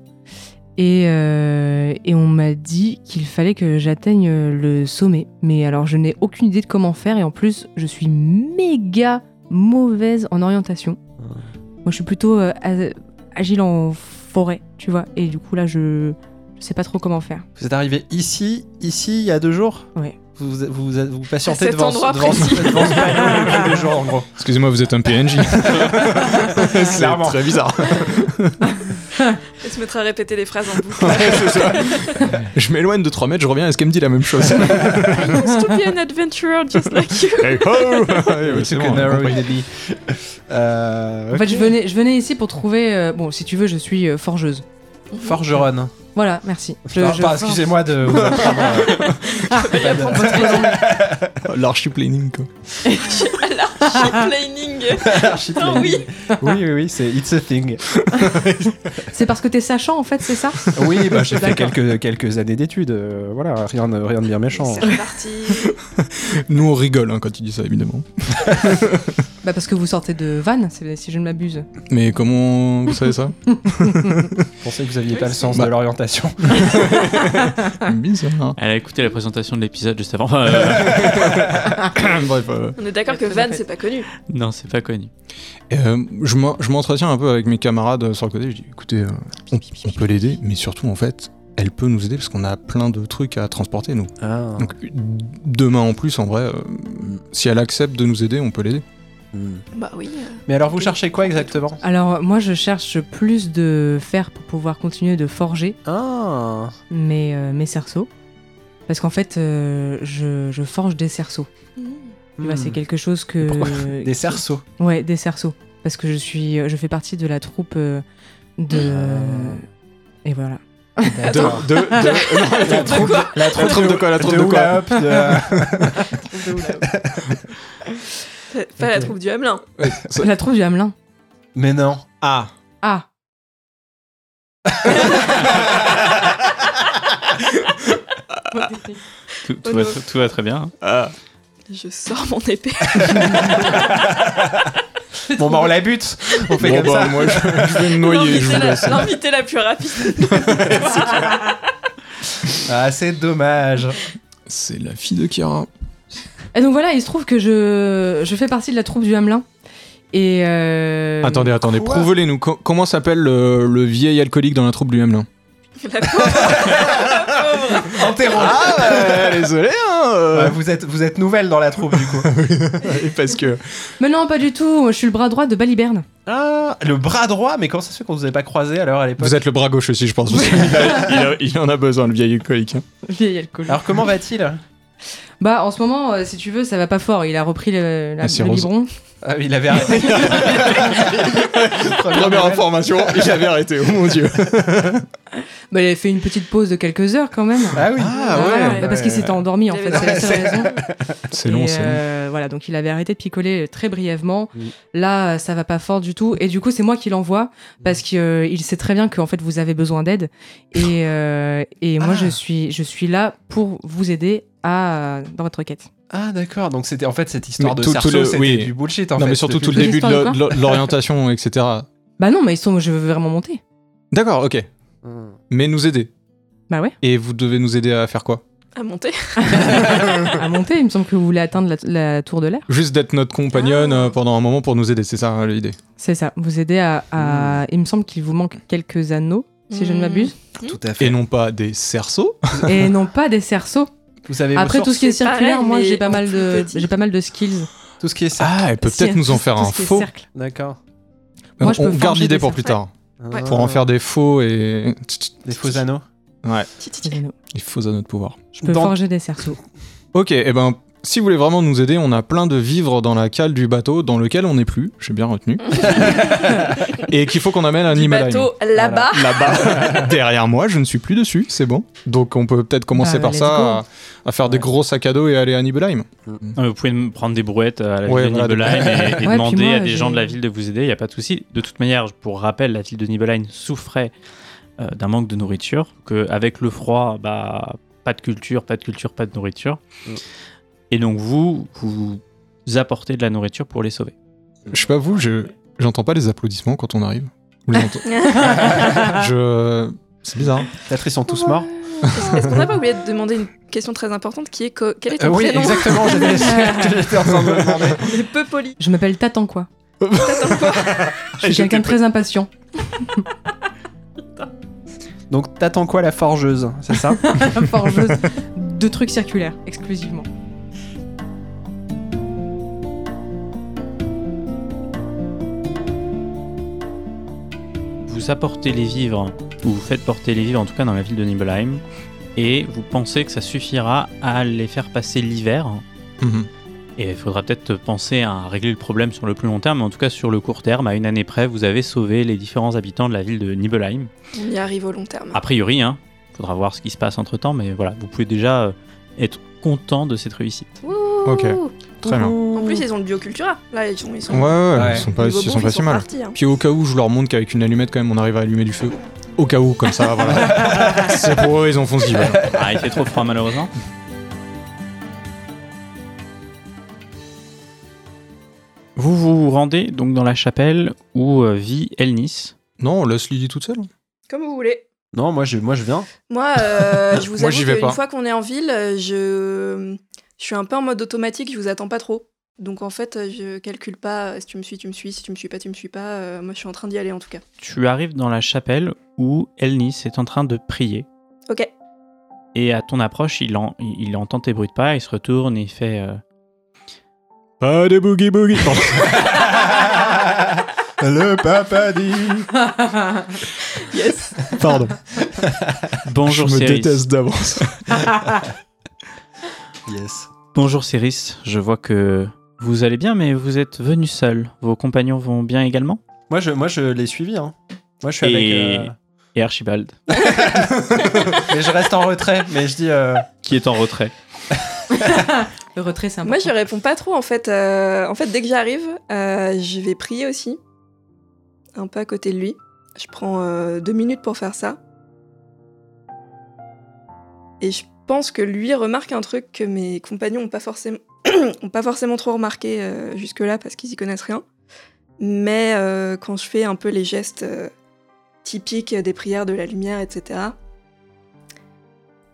Speaker 5: Et, euh, et on m'a dit qu'il fallait que j'atteigne le sommet. Mais alors, je n'ai aucune idée de comment faire. Et en plus, je suis méga mauvaise en orientation. Moi, je suis plutôt euh, a- agile en forêt, tu vois. Et du coup, là, je, je sais pas trop comment faire.
Speaker 4: Vous êtes arrivé ici, ici, il y a deux jours
Speaker 5: Ouais.
Speaker 4: Vous vous, vous, vous patientez
Speaker 3: À cet
Speaker 4: devant,
Speaker 3: endroit
Speaker 4: devant,
Speaker 3: précis.
Speaker 4: devant ce panneau depuis deux jours, en gros.
Speaker 2: Excusez-moi, vous êtes un PNJ. C'est
Speaker 4: Clairement.
Speaker 2: très bizarre.
Speaker 3: Elle se mettra à répéter les phrases en boucle.
Speaker 2: Je m'éloigne de 3 mètres, je reviens, est-ce qu'elle me dit la même chose
Speaker 3: I used to be an adventurer just like you.
Speaker 2: Hey, ho Ouais, ouais, c'est
Speaker 4: Took a
Speaker 2: bon, on a
Speaker 4: narrow
Speaker 2: compris.
Speaker 4: daily. Euh,
Speaker 5: En fait, je
Speaker 4: ok.
Speaker 5: venais, je venais ici pour trouver. euh, bon, si tu veux, je suis euh, forgeuse.
Speaker 4: Forgeronne.
Speaker 5: Voilà, merci. Je-
Speaker 4: Enfin,
Speaker 5: je-
Speaker 4: enfin, excusez-moi de vous apprendre, euh,
Speaker 5: votre raison.
Speaker 2: Oh, L'archiplaning, quoi.
Speaker 3: Planning.
Speaker 4: l'archipel.
Speaker 3: Ah oui.
Speaker 4: oui, oui, oui, c'est It's a Thing.
Speaker 5: C'est parce que t'es sachant, en fait, c'est ça
Speaker 4: Oui, bah, j'ai fait
Speaker 5: D'accord.
Speaker 4: quelques, quelques années d'études, euh, voilà, rien, de- rien de bien méchant.
Speaker 3: C'est reparti.
Speaker 2: Nous, on rigole hein, quand il dit ça, évidemment.
Speaker 5: Bah parce que vous sortez de Vannes, c'est- si je ne m'abuse.
Speaker 2: Mais comment vous savez ça
Speaker 4: Je pensais que vous aviez pas le sens
Speaker 2: Bah.
Speaker 4: de l'orientation.
Speaker 2: Bizarre.
Speaker 1: Elle a écouté la présentation de l'épisode juste avant. Euh,
Speaker 2: Bref, euh,
Speaker 3: On est d'accord que Van, c'est pas connu.
Speaker 1: non, c'est pas connu.
Speaker 2: euh, je m'en- je m'entretiens un peu avec mes camarades euh, sur le côté. Je dis, écoutez, euh, on, on peut l'aider, mais surtout, en fait, elle peut nous aider parce qu'on a plein de trucs à transporter, nous.
Speaker 4: Ah.
Speaker 2: Donc, demain en plus, en vrai, euh, si elle accepte de nous aider, on peut l'aider.
Speaker 3: Bah oui.
Speaker 4: Mais alors, vous cherchez quoi exactement
Speaker 5: Alors moi je cherche plus de fer pour pouvoir continuer de forger
Speaker 4: Ah,
Speaker 5: mes, euh, mes cerceaux. Parce qu'en fait euh, je, je forge des cerceaux. Tu vois, c'est quelque chose que...
Speaker 4: Des cerceaux.
Speaker 5: Ouais, des cerceaux. Parce que je suis, euh, je fais partie de la troupe euh, de... Et voilà.
Speaker 4: D'accord.
Speaker 2: de,
Speaker 4: La troupe la troupe
Speaker 2: troupe de quoi, la troupe de quoi
Speaker 4: hula hoop, de-
Speaker 3: Pas pas la
Speaker 4: Ok.
Speaker 3: troupe du Hamelin.
Speaker 2: Ça-
Speaker 5: La troupe du Hamelin.
Speaker 4: Mais non.
Speaker 2: Ah,
Speaker 5: Ah
Speaker 1: Tout, tout va, tout va très bien.
Speaker 3: Je sors mon épée.
Speaker 4: Bon, bah, on la bute. On fait
Speaker 2: bon,
Speaker 4: comme
Speaker 2: bah,
Speaker 4: ça.
Speaker 2: moi je, je vais me noyer, je vous
Speaker 3: L'invité la,
Speaker 2: laisse.
Speaker 3: l'invitée la plus rapide.
Speaker 4: Ah, c'est dommage.
Speaker 2: C'est la fille de Kira.
Speaker 5: Et donc voilà, il se trouve que je, je fais partie de la troupe du Hamelin. Et... euh,
Speaker 2: attendez, attendez,
Speaker 4: quoi
Speaker 2: prouvez-les nous. Co- comment s'appelle le, le vieil alcoolique dans la troupe du Hamelin
Speaker 3: La pauvre. La pauvre.
Speaker 4: Interroge.
Speaker 2: Ah, bah, désolé, hein euh,
Speaker 4: vous êtes vous êtes nouvelle dans la troupe du coup.
Speaker 2: et Parce que.
Speaker 5: Mais non, pas du tout. Je suis le bras droit de Baliberne.
Speaker 4: Ah, le bras droit, mais comment ça se fait qu'on vous avait pas croisé alors à l'époque
Speaker 2: Vous êtes le bras gauche aussi, je pense. parce qu'il a- il, a- il en a besoin, le vieil alcoolique. hein.
Speaker 5: Vieil alcool.
Speaker 4: Alors comment va-t-il
Speaker 5: Bah, en ce moment, euh, si tu veux, ça va pas fort. Il a repris le, la-
Speaker 2: La
Speaker 5: le
Speaker 2: cirrhose.
Speaker 5: biberon.
Speaker 4: Ah oui, il avait arrêté.
Speaker 2: Première
Speaker 4: nouvelle.
Speaker 2: information, il avait arrêté, oh mon dieu.
Speaker 5: Bah, il a fait une petite pause de quelques heures quand même.
Speaker 4: Ah oui.
Speaker 2: Ah
Speaker 5: Voilà,
Speaker 2: ouais.
Speaker 5: bah, Parce qu'il s'était endormi en
Speaker 3: Il
Speaker 5: fait, c'est
Speaker 3: avait
Speaker 5: la seule raison.
Speaker 2: C'est
Speaker 5: Et,
Speaker 2: long, Mm. c'est long.
Speaker 5: euh, Voilà, donc il avait arrêté de picoler euh, très brièvement.
Speaker 4: Oui.
Speaker 5: Là, ça va pas fort du tout. Et du coup, c'est moi qui l'envoie
Speaker 2: Mm.
Speaker 5: parce qu'il sait très bien que en fait, vous avez besoin d'aide. Et, euh, et moi,
Speaker 4: Ah.
Speaker 5: je suis, je suis là pour vous aider à, dans votre quête.
Speaker 4: Ah d'accord, donc c'était en fait cette histoire
Speaker 2: Mais
Speaker 4: de
Speaker 2: tout- tout
Speaker 4: Sarceau,
Speaker 2: le-
Speaker 4: c'était
Speaker 2: oui.
Speaker 4: du bullshit en
Speaker 2: Non,
Speaker 4: fait.
Speaker 2: mais surtout
Speaker 4: depuis
Speaker 2: tout le début de
Speaker 5: l'histoire,
Speaker 2: l'o- l'o- l'orientation, etc.
Speaker 5: Bah non, mais ils sont, je veux vraiment monter.
Speaker 2: D'accord, ok. Mais nous aider.
Speaker 5: Bah ouais,
Speaker 2: Et vous devez nous aider à faire quoi
Speaker 3: À monter.
Speaker 5: à monter. Il me semble que vous voulez atteindre la, la tour de l'air.
Speaker 2: Juste d'être notre compagnonne euh, pendant un moment pour nous aider, c'est ça hein, l'idée.
Speaker 5: C'est ça, vous aider à.
Speaker 2: Hmm.
Speaker 5: à- Il me semble qu'il vous manque quelques anneaux, si je ne
Speaker 3: Mm.
Speaker 5: m'abuse.
Speaker 4: Tout à fait.
Speaker 2: Et non pas des cerceaux.
Speaker 5: Et non pas des cerceaux.
Speaker 4: Vous avez vos
Speaker 5: Après tout
Speaker 4: sources.
Speaker 5: ce qui est
Speaker 3: c'est
Speaker 5: circulaire,
Speaker 3: pareil,
Speaker 5: moi
Speaker 3: mais
Speaker 5: j'ai pas
Speaker 3: en
Speaker 5: mal
Speaker 3: plus
Speaker 5: de
Speaker 3: petit.
Speaker 5: j'ai pas mal de skills.
Speaker 4: tout ce qui est ça.
Speaker 2: Ah, elle peut peut-être
Speaker 5: Si,
Speaker 2: nous en
Speaker 5: tout-
Speaker 2: faire
Speaker 5: tout
Speaker 2: un
Speaker 5: ce qui est
Speaker 2: faux. Bah,
Speaker 5: cercle.
Speaker 4: D'accord. Ah.
Speaker 5: Moi, je
Speaker 2: on
Speaker 5: peux
Speaker 2: garde
Speaker 5: forger
Speaker 2: l'idée
Speaker 5: des
Speaker 2: pour plus tard.
Speaker 3: Ouais.
Speaker 2: Pour en faire des faux et.
Speaker 4: des faux anneaux.
Speaker 3: Ti, ti,
Speaker 5: Les
Speaker 3: ti.
Speaker 5: anneaux.
Speaker 2: Les faux à notre pouvoir.
Speaker 5: Je peux
Speaker 4: Dans-
Speaker 5: forger des cerceaux.
Speaker 2: Ok, et ben, si vous voulez vraiment nous aider, on a plein de vivres dans la cale du bateau dans lequel on n'est plus, j'ai bien retenu. et qu'il faut qu'on amène un
Speaker 3: Du
Speaker 2: Himalaya.
Speaker 3: bateau là-bas.
Speaker 2: Là-bas, derrière moi, je ne suis plus dessus, c'est bon. Donc on peut peut-être commencer
Speaker 5: Bah,
Speaker 2: par
Speaker 5: let's
Speaker 2: ça,
Speaker 5: go.
Speaker 2: à, à faire des
Speaker 4: Ouais.
Speaker 2: gros sacs à dos et aller à Nibelheim.
Speaker 1: Non, mais vous pouvez me prendre des brouettes à la
Speaker 2: Ouais,
Speaker 1: ville
Speaker 2: voilà,
Speaker 1: de Nibelheim et- et,
Speaker 5: Ouais, puis
Speaker 1: demander
Speaker 5: moi,
Speaker 1: à des
Speaker 5: j'ai-
Speaker 1: gens de la ville de vous aider, il n'y a pas de souci. De toute manière, pour rappel, la ville de Nibelheim souffrait euh, d'un manque de nourriture, que avec le froid, bah, pas de culture, pas de culture, pas de nourriture.
Speaker 4: Mm.
Speaker 1: Et donc vous, vous apportez de la nourriture pour les sauver.
Speaker 2: Je sais pas vous, je j'entends pas les applaudissements quand on arrive. Vous les entendez Je... C'est bizarre.
Speaker 4: Peut-être ils sont tous morts.
Speaker 3: Est-ce qu'on n'a pas oublié de demander une question très importante qui est que- quel est
Speaker 4: Euh,
Speaker 3: ton
Speaker 4: oui,
Speaker 3: prénom
Speaker 4: exactement. J'avais j'étais en train de me demander.
Speaker 3: C'est peu poli.
Speaker 5: Je m'appelle Tatan quoi.
Speaker 3: T'attends quoi
Speaker 5: Je suis quelqu'un de très impatient.
Speaker 4: Donc t'attends quoi la forgeuse C'est ça
Speaker 5: Forgeuse de trucs circulaires exclusivement.
Speaker 1: Vous apportez les vivres, ou vous faites porter les vivres en tout cas dans la ville de Nibelheim, et vous pensez que ça suffira à les faire passer l'hiver
Speaker 2: Mhm.
Speaker 1: Et il faudra peut-être penser à régler le problème sur le plus long terme, mais en tout cas sur le court terme, à une année près, vous avez sauvé les différents habitants de la ville de Nibelheim.
Speaker 3: On y arrive au long terme.
Speaker 2: Ah.
Speaker 1: A priori, hein, faudra voir ce qui se passe entre temps, mais voilà, vous pouvez déjà euh, être content de cette réussite.
Speaker 3: Ouh.
Speaker 2: Ok. Très bien.
Speaker 3: En plus, ils ont le biocultura. Là, ils sont, ils sont
Speaker 2: Ouais, ouais,
Speaker 4: Ouais.
Speaker 2: ils sont pas, ils
Speaker 3: niveau
Speaker 2: sont
Speaker 3: bouffe,
Speaker 2: pas
Speaker 3: ils
Speaker 2: si mal.
Speaker 3: partis, hein.
Speaker 2: Puis au cas où, je leur montre qu'avec une allumette, quand même, on arrive à allumer du feu. Au cas où, comme ça, voilà. C'est pour eux, ils en font ce qu'ils veulent.
Speaker 1: Ah, il fait trop froid malheureusement. Vous vous rendez donc dans la chapelle où euh, vit Elnis.
Speaker 2: Non, on laisse Lily toute seule.
Speaker 3: Comme vous voulez.
Speaker 4: Non, moi je, moi je viens.
Speaker 3: Moi, euh, je vous
Speaker 2: Moi,
Speaker 3: avoue
Speaker 2: j'y vais
Speaker 3: que
Speaker 2: pas.
Speaker 3: une fois qu'on est en ville, euh, je... je suis un peu en mode automatique, je vous attends pas trop. Donc en fait, euh, je calcule pas euh, si tu me suis, tu me suis, si tu me suis pas, tu me suis pas. Euh, moi, je suis en train d'y aller en tout cas.
Speaker 2: Ah,
Speaker 1: Tu arrives dans la chapelle où Elnis est en train de prier.
Speaker 3: Ok.
Speaker 1: Et à ton approche, il, en- il entend tes bruits de pas, il se retourne et il fait euh,
Speaker 2: Pas de boogie boogie. Le papa dit.
Speaker 3: Yes.
Speaker 2: Pardon.
Speaker 1: Bonjour
Speaker 2: je me
Speaker 1: Céris.
Speaker 2: déteste d'avance.
Speaker 4: Yes.
Speaker 1: Bonjour Céris, je vois que vous allez bien, mais vous êtes venu seul. Vos compagnons vont bien également
Speaker 4: Moi je, moi je l'ai suivi. Hein. Moi je suis
Speaker 1: Et-
Speaker 4: avec. euh,
Speaker 1: Et Archibald,
Speaker 4: Mais je reste en retrait. Mais je dis. euh,
Speaker 1: qui est en retrait.
Speaker 5: Le retrait c'est important.
Speaker 3: Moi, je réponds pas trop en fait. Euh, en fait, dès que j'arrive, euh, je vais prier aussi. Un peu à côté de lui. Je prends euh, deux minutes pour faire ça. Et je pense que lui remarque un truc que mes compagnons n'ont pas forcément, ont pas forcément trop remarqué euh, jusque-là parce qu'ils y connaissent rien. Mais euh, quand je fais un peu les gestes euh, typiques des prières de la lumière, etc.,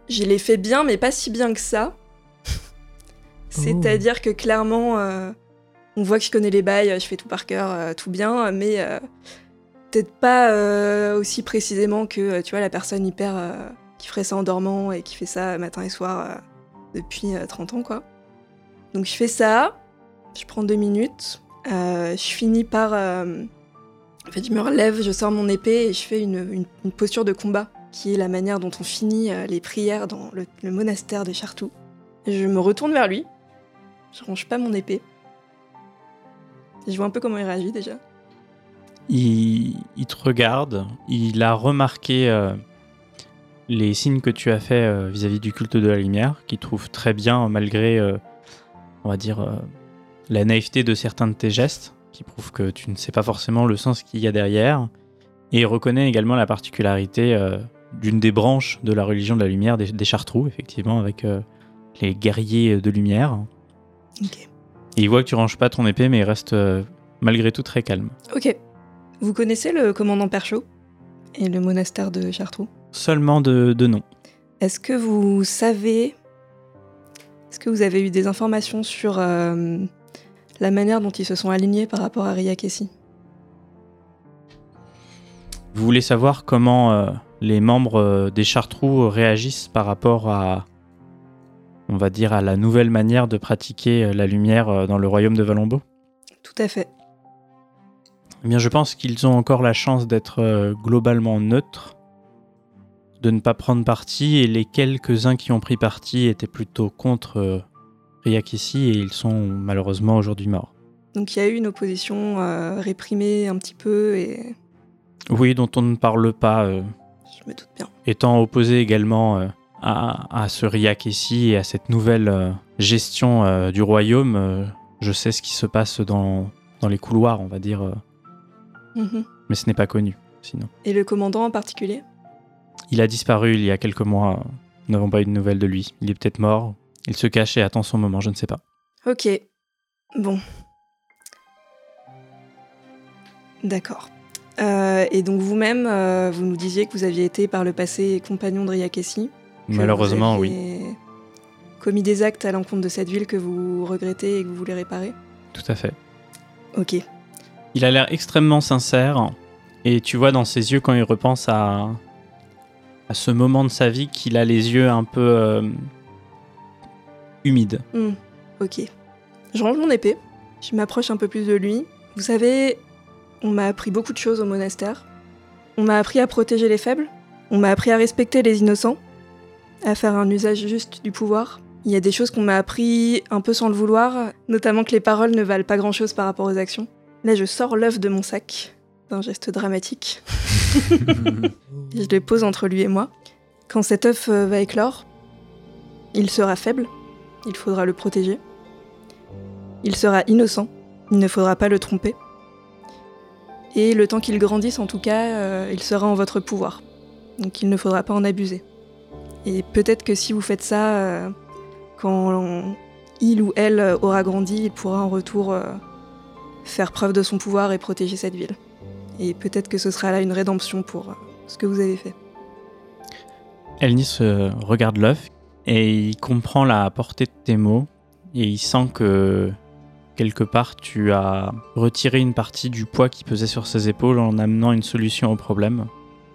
Speaker 3: je les fais bien, mais pas si bien que ça. C'est-à-dire que clairement, euh, on voit que je connais les bails, je fais tout par cœur, euh, tout bien, mais euh, peut-être pas euh, aussi précisément que, euh, tu vois, la personne hyper... euh, qui qui ferait ça en dormant et qui fait ça matin et soir euh, depuis euh, 30 ans, quoi. Donc je fais ça, je prends deux minutes, euh, je finis par... euh, en fait, je me relève, je sors mon épée et je fais une, une- une posture de combat, qui est la manière dont on finit euh, les prières dans le, le monastère des Chartoux. Je me retourne vers lui, je range pas mon épée. Je vois un peu comment il réagit déjà.
Speaker 1: Il, il te regarde, il a remarqué euh, les signes que tu as fait euh, vis-à-vis du culte de la lumière, qu'il trouve très bien malgré, euh, on va dire, euh, la naïveté de certains de tes gestes, qui prouvent que tu ne sais pas forcément le sens qu'il y a derrière, et il reconnaît également la particularité euh, d'une des branches de la religion de la lumière, des, des chartrous, effectivement, avec euh, les guerriers de lumière.
Speaker 3: Ok.
Speaker 1: Et il voit que tu ranges pas ton épée, mais il reste euh, malgré tout très calme.
Speaker 3: Ok. Vous connaissez le commandant Perchaud et le monastère de Chartreux
Speaker 1: Seulement de, de nom.
Speaker 3: Est-ce que vous savez. Est-ce que vous avez eu des informations sur euh, la manière dont ils se sont alignés par rapport à Ria Kessi
Speaker 1: Vous voulez savoir comment euh, les membres euh, des Chartreux réagissent par rapport à, on va dire, à la nouvelle manière de pratiquer euh, la lumière euh, dans le royaume de Valombo
Speaker 3: Tout à fait.
Speaker 1: Eh bien, je pense qu'ils ont encore la chance d'être euh, globalement neutres, de ne pas prendre parti, et les quelques-uns qui ont pris parti étaient plutôt contre euh, Riakissi, et ils sont malheureusement aujourd'hui morts.
Speaker 3: Donc il y a eu une opposition euh, réprimée un petit peu et
Speaker 1: Oui, dont on ne parle pas. euh,
Speaker 3: je me doute bien.
Speaker 1: étant opposé également euh, à, à ce Riak ici et à cette nouvelle euh, gestion euh, du royaume, euh, je sais ce qui se passe dans, dans les couloirs, on va dire, euh,
Speaker 3: Mhm.
Speaker 1: mais ce n'est pas connu sinon.
Speaker 3: Et le commandant en particulier
Speaker 1: Il a disparu il y a quelques mois, euh, nous n'avons pas eu de nouvelles de lui. Il est peut-être mort, il se cache et attend son moment, je ne sais pas.
Speaker 3: Ok. Bon. D'accord. Euh, et donc vous-même, euh, vous nous disiez que vous aviez été par le passé compagnon de Ria Kessi. que
Speaker 1: Malheureusement,
Speaker 3: vous
Speaker 1: oui,
Speaker 3: aviez Commis des actes à l'encontre de cette ville que vous regrettez et que vous voulez réparer.
Speaker 1: tout à fait.
Speaker 3: Ok.
Speaker 1: Il a l'air extrêmement sincère et tu vois dans ses yeux quand il repense à, à ce moment de sa vie qu'il a les yeux un peu euh, humides.
Speaker 3: Hmm, Ok. Je range mon épée. Je m'approche un peu plus de lui. Vous savez, on m'a appris beaucoup de choses au monastère. On m'a appris à protéger les faibles. On m'a appris à respecter les innocents. À faire un usage juste du pouvoir. Il y a des choses qu'on m'a appris un peu sans le vouloir, notamment que les paroles ne valent pas grand-chose par rapport aux actions. Là, je sors l'œuf de mon sac, d'un geste dramatique. Et je le pose entre lui et moi. Quand cet œuf euh, va éclore, il sera faible. Il faudra le protéger. Il sera innocent. Il ne faudra pas le tromper. Et le temps qu'il grandisse, en tout cas, euh, il sera en votre pouvoir. Donc il ne faudra pas en abuser. Et peut-être que si vous faites ça, euh, quand on- il ou elle euh, aura grandi, il pourra en retour euh, faire preuve de son pouvoir et protéger cette ville. Et peut-être que ce sera là une rédemption pour euh, ce que vous avez fait.
Speaker 1: Elnis euh, regarde l'œuf et il comprend la portée de tes mots et il sent que quelque part tu as retiré une partie du poids qui pesait sur ses épaules en amenant une solution au problème.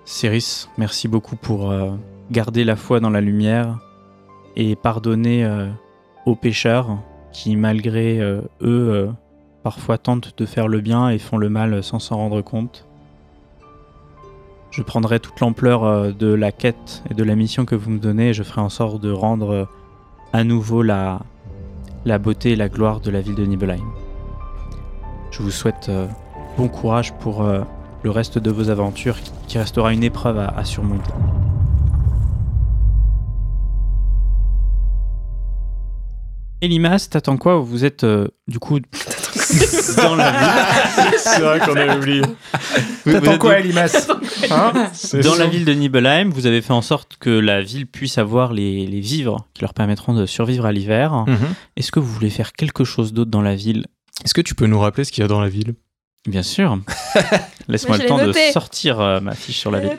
Speaker 1: Céris, merci beaucoup pour euh, garder la foi dans la lumière et pardonner euh, aux pécheurs qui, malgré euh, eux, euh, parfois tentent de faire le bien et font le mal sans s'en rendre compte. Je prendrai toute l'ampleur euh, de la quête et de la mission que vous me donnez et je ferai en sorte de rendre euh, à nouveau la, la beauté et la gloire de la ville de Nibelheim. Je vous souhaite euh, bon courage pour euh, le reste de vos aventures qui- qui restera une épreuve à- à surmonter. Elimas, t'attends quoi Vous êtes euh, du coup dans la ville.
Speaker 2: C'est vrai qu'on avait oublié.
Speaker 1: Vous- vous
Speaker 4: T'attends
Speaker 1: êtes
Speaker 4: quoi, Elimas Hein
Speaker 2: C'est
Speaker 1: Dans
Speaker 2: sûr.
Speaker 1: la ville de Nibelheim, vous avez fait en sorte que la ville puisse avoir les, les vivres qui leur permettront de survivre à l'hiver.
Speaker 3: Mm.
Speaker 2: Mhm.
Speaker 1: Est-ce que vous voulez faire quelque chose d'autre dans la ville
Speaker 2: Est-ce que tu peux nous rappeler ce qu'il y a dans la ville
Speaker 1: Bien sûr.
Speaker 3: Moi,
Speaker 1: Laisse-moi
Speaker 3: je
Speaker 1: le temps
Speaker 3: l'ai
Speaker 1: de
Speaker 3: noté.
Speaker 1: sortir euh, ma fiche sur la ville.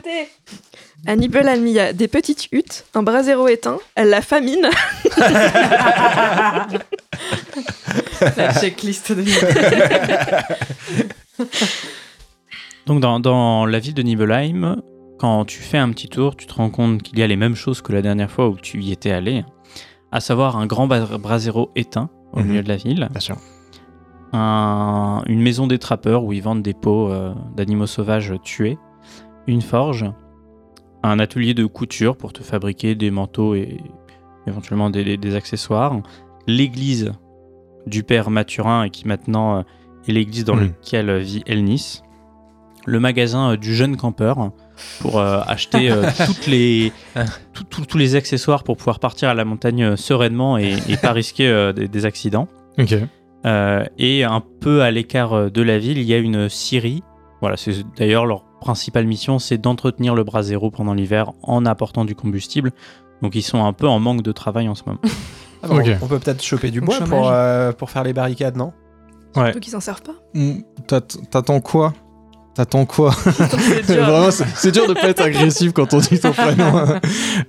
Speaker 3: À Nibelheim, il y a euh, des petites huttes, un brasero éteint, la famine.
Speaker 5: La checklist de
Speaker 1: Donc dans, dans la ville de Nibelheim, quand tu fais un petit tour, tu te rends compte qu'il y a les mêmes choses que la dernière fois où tu y étais allé, à savoir un grand bas- brasero éteint au
Speaker 2: Mhm.
Speaker 1: milieu de la ville,
Speaker 2: Bien sûr.
Speaker 1: un- une maison des trappeurs où ils vendent des peaux euh, d'animaux sauvages tués, une forge, un atelier de couture pour te fabriquer des manteaux et éventuellement des, des- des accessoires, l'église du père Mathurin et qui maintenant euh, est l'église dans
Speaker 2: Mhm.
Speaker 1: laquelle vit Elnis, le magasin euh, du jeune campeur pour euh, acheter euh, toutes les, tout- tout- tous les accessoires pour pouvoir partir à la montagne euh, sereinement et, et pas risquer euh, des- des accidents.
Speaker 2: Ok.
Speaker 1: Euh, et un peu à l'écart euh, de la ville, il y a une scierie. Voilà, c'est d'ailleurs leur principale mission, c'est d'entretenir le brasero pendant l'hiver en apportant du combustible. Donc ils sont un peu en manque de travail en ce moment.
Speaker 4: Ah bon,
Speaker 2: Ok.
Speaker 4: On peut peut-être choper du
Speaker 5: Au
Speaker 4: bois
Speaker 5: chômage.
Speaker 4: pour, euh, pour faire les barricades, non
Speaker 3: Donc ils s'en servent pas.
Speaker 2: Mm, t'att- T'attends quoi T'attends quoi
Speaker 3: C'est dur.
Speaker 2: Vraiment, c'est c'est dur de pas être agressif quand on dit ton prénom.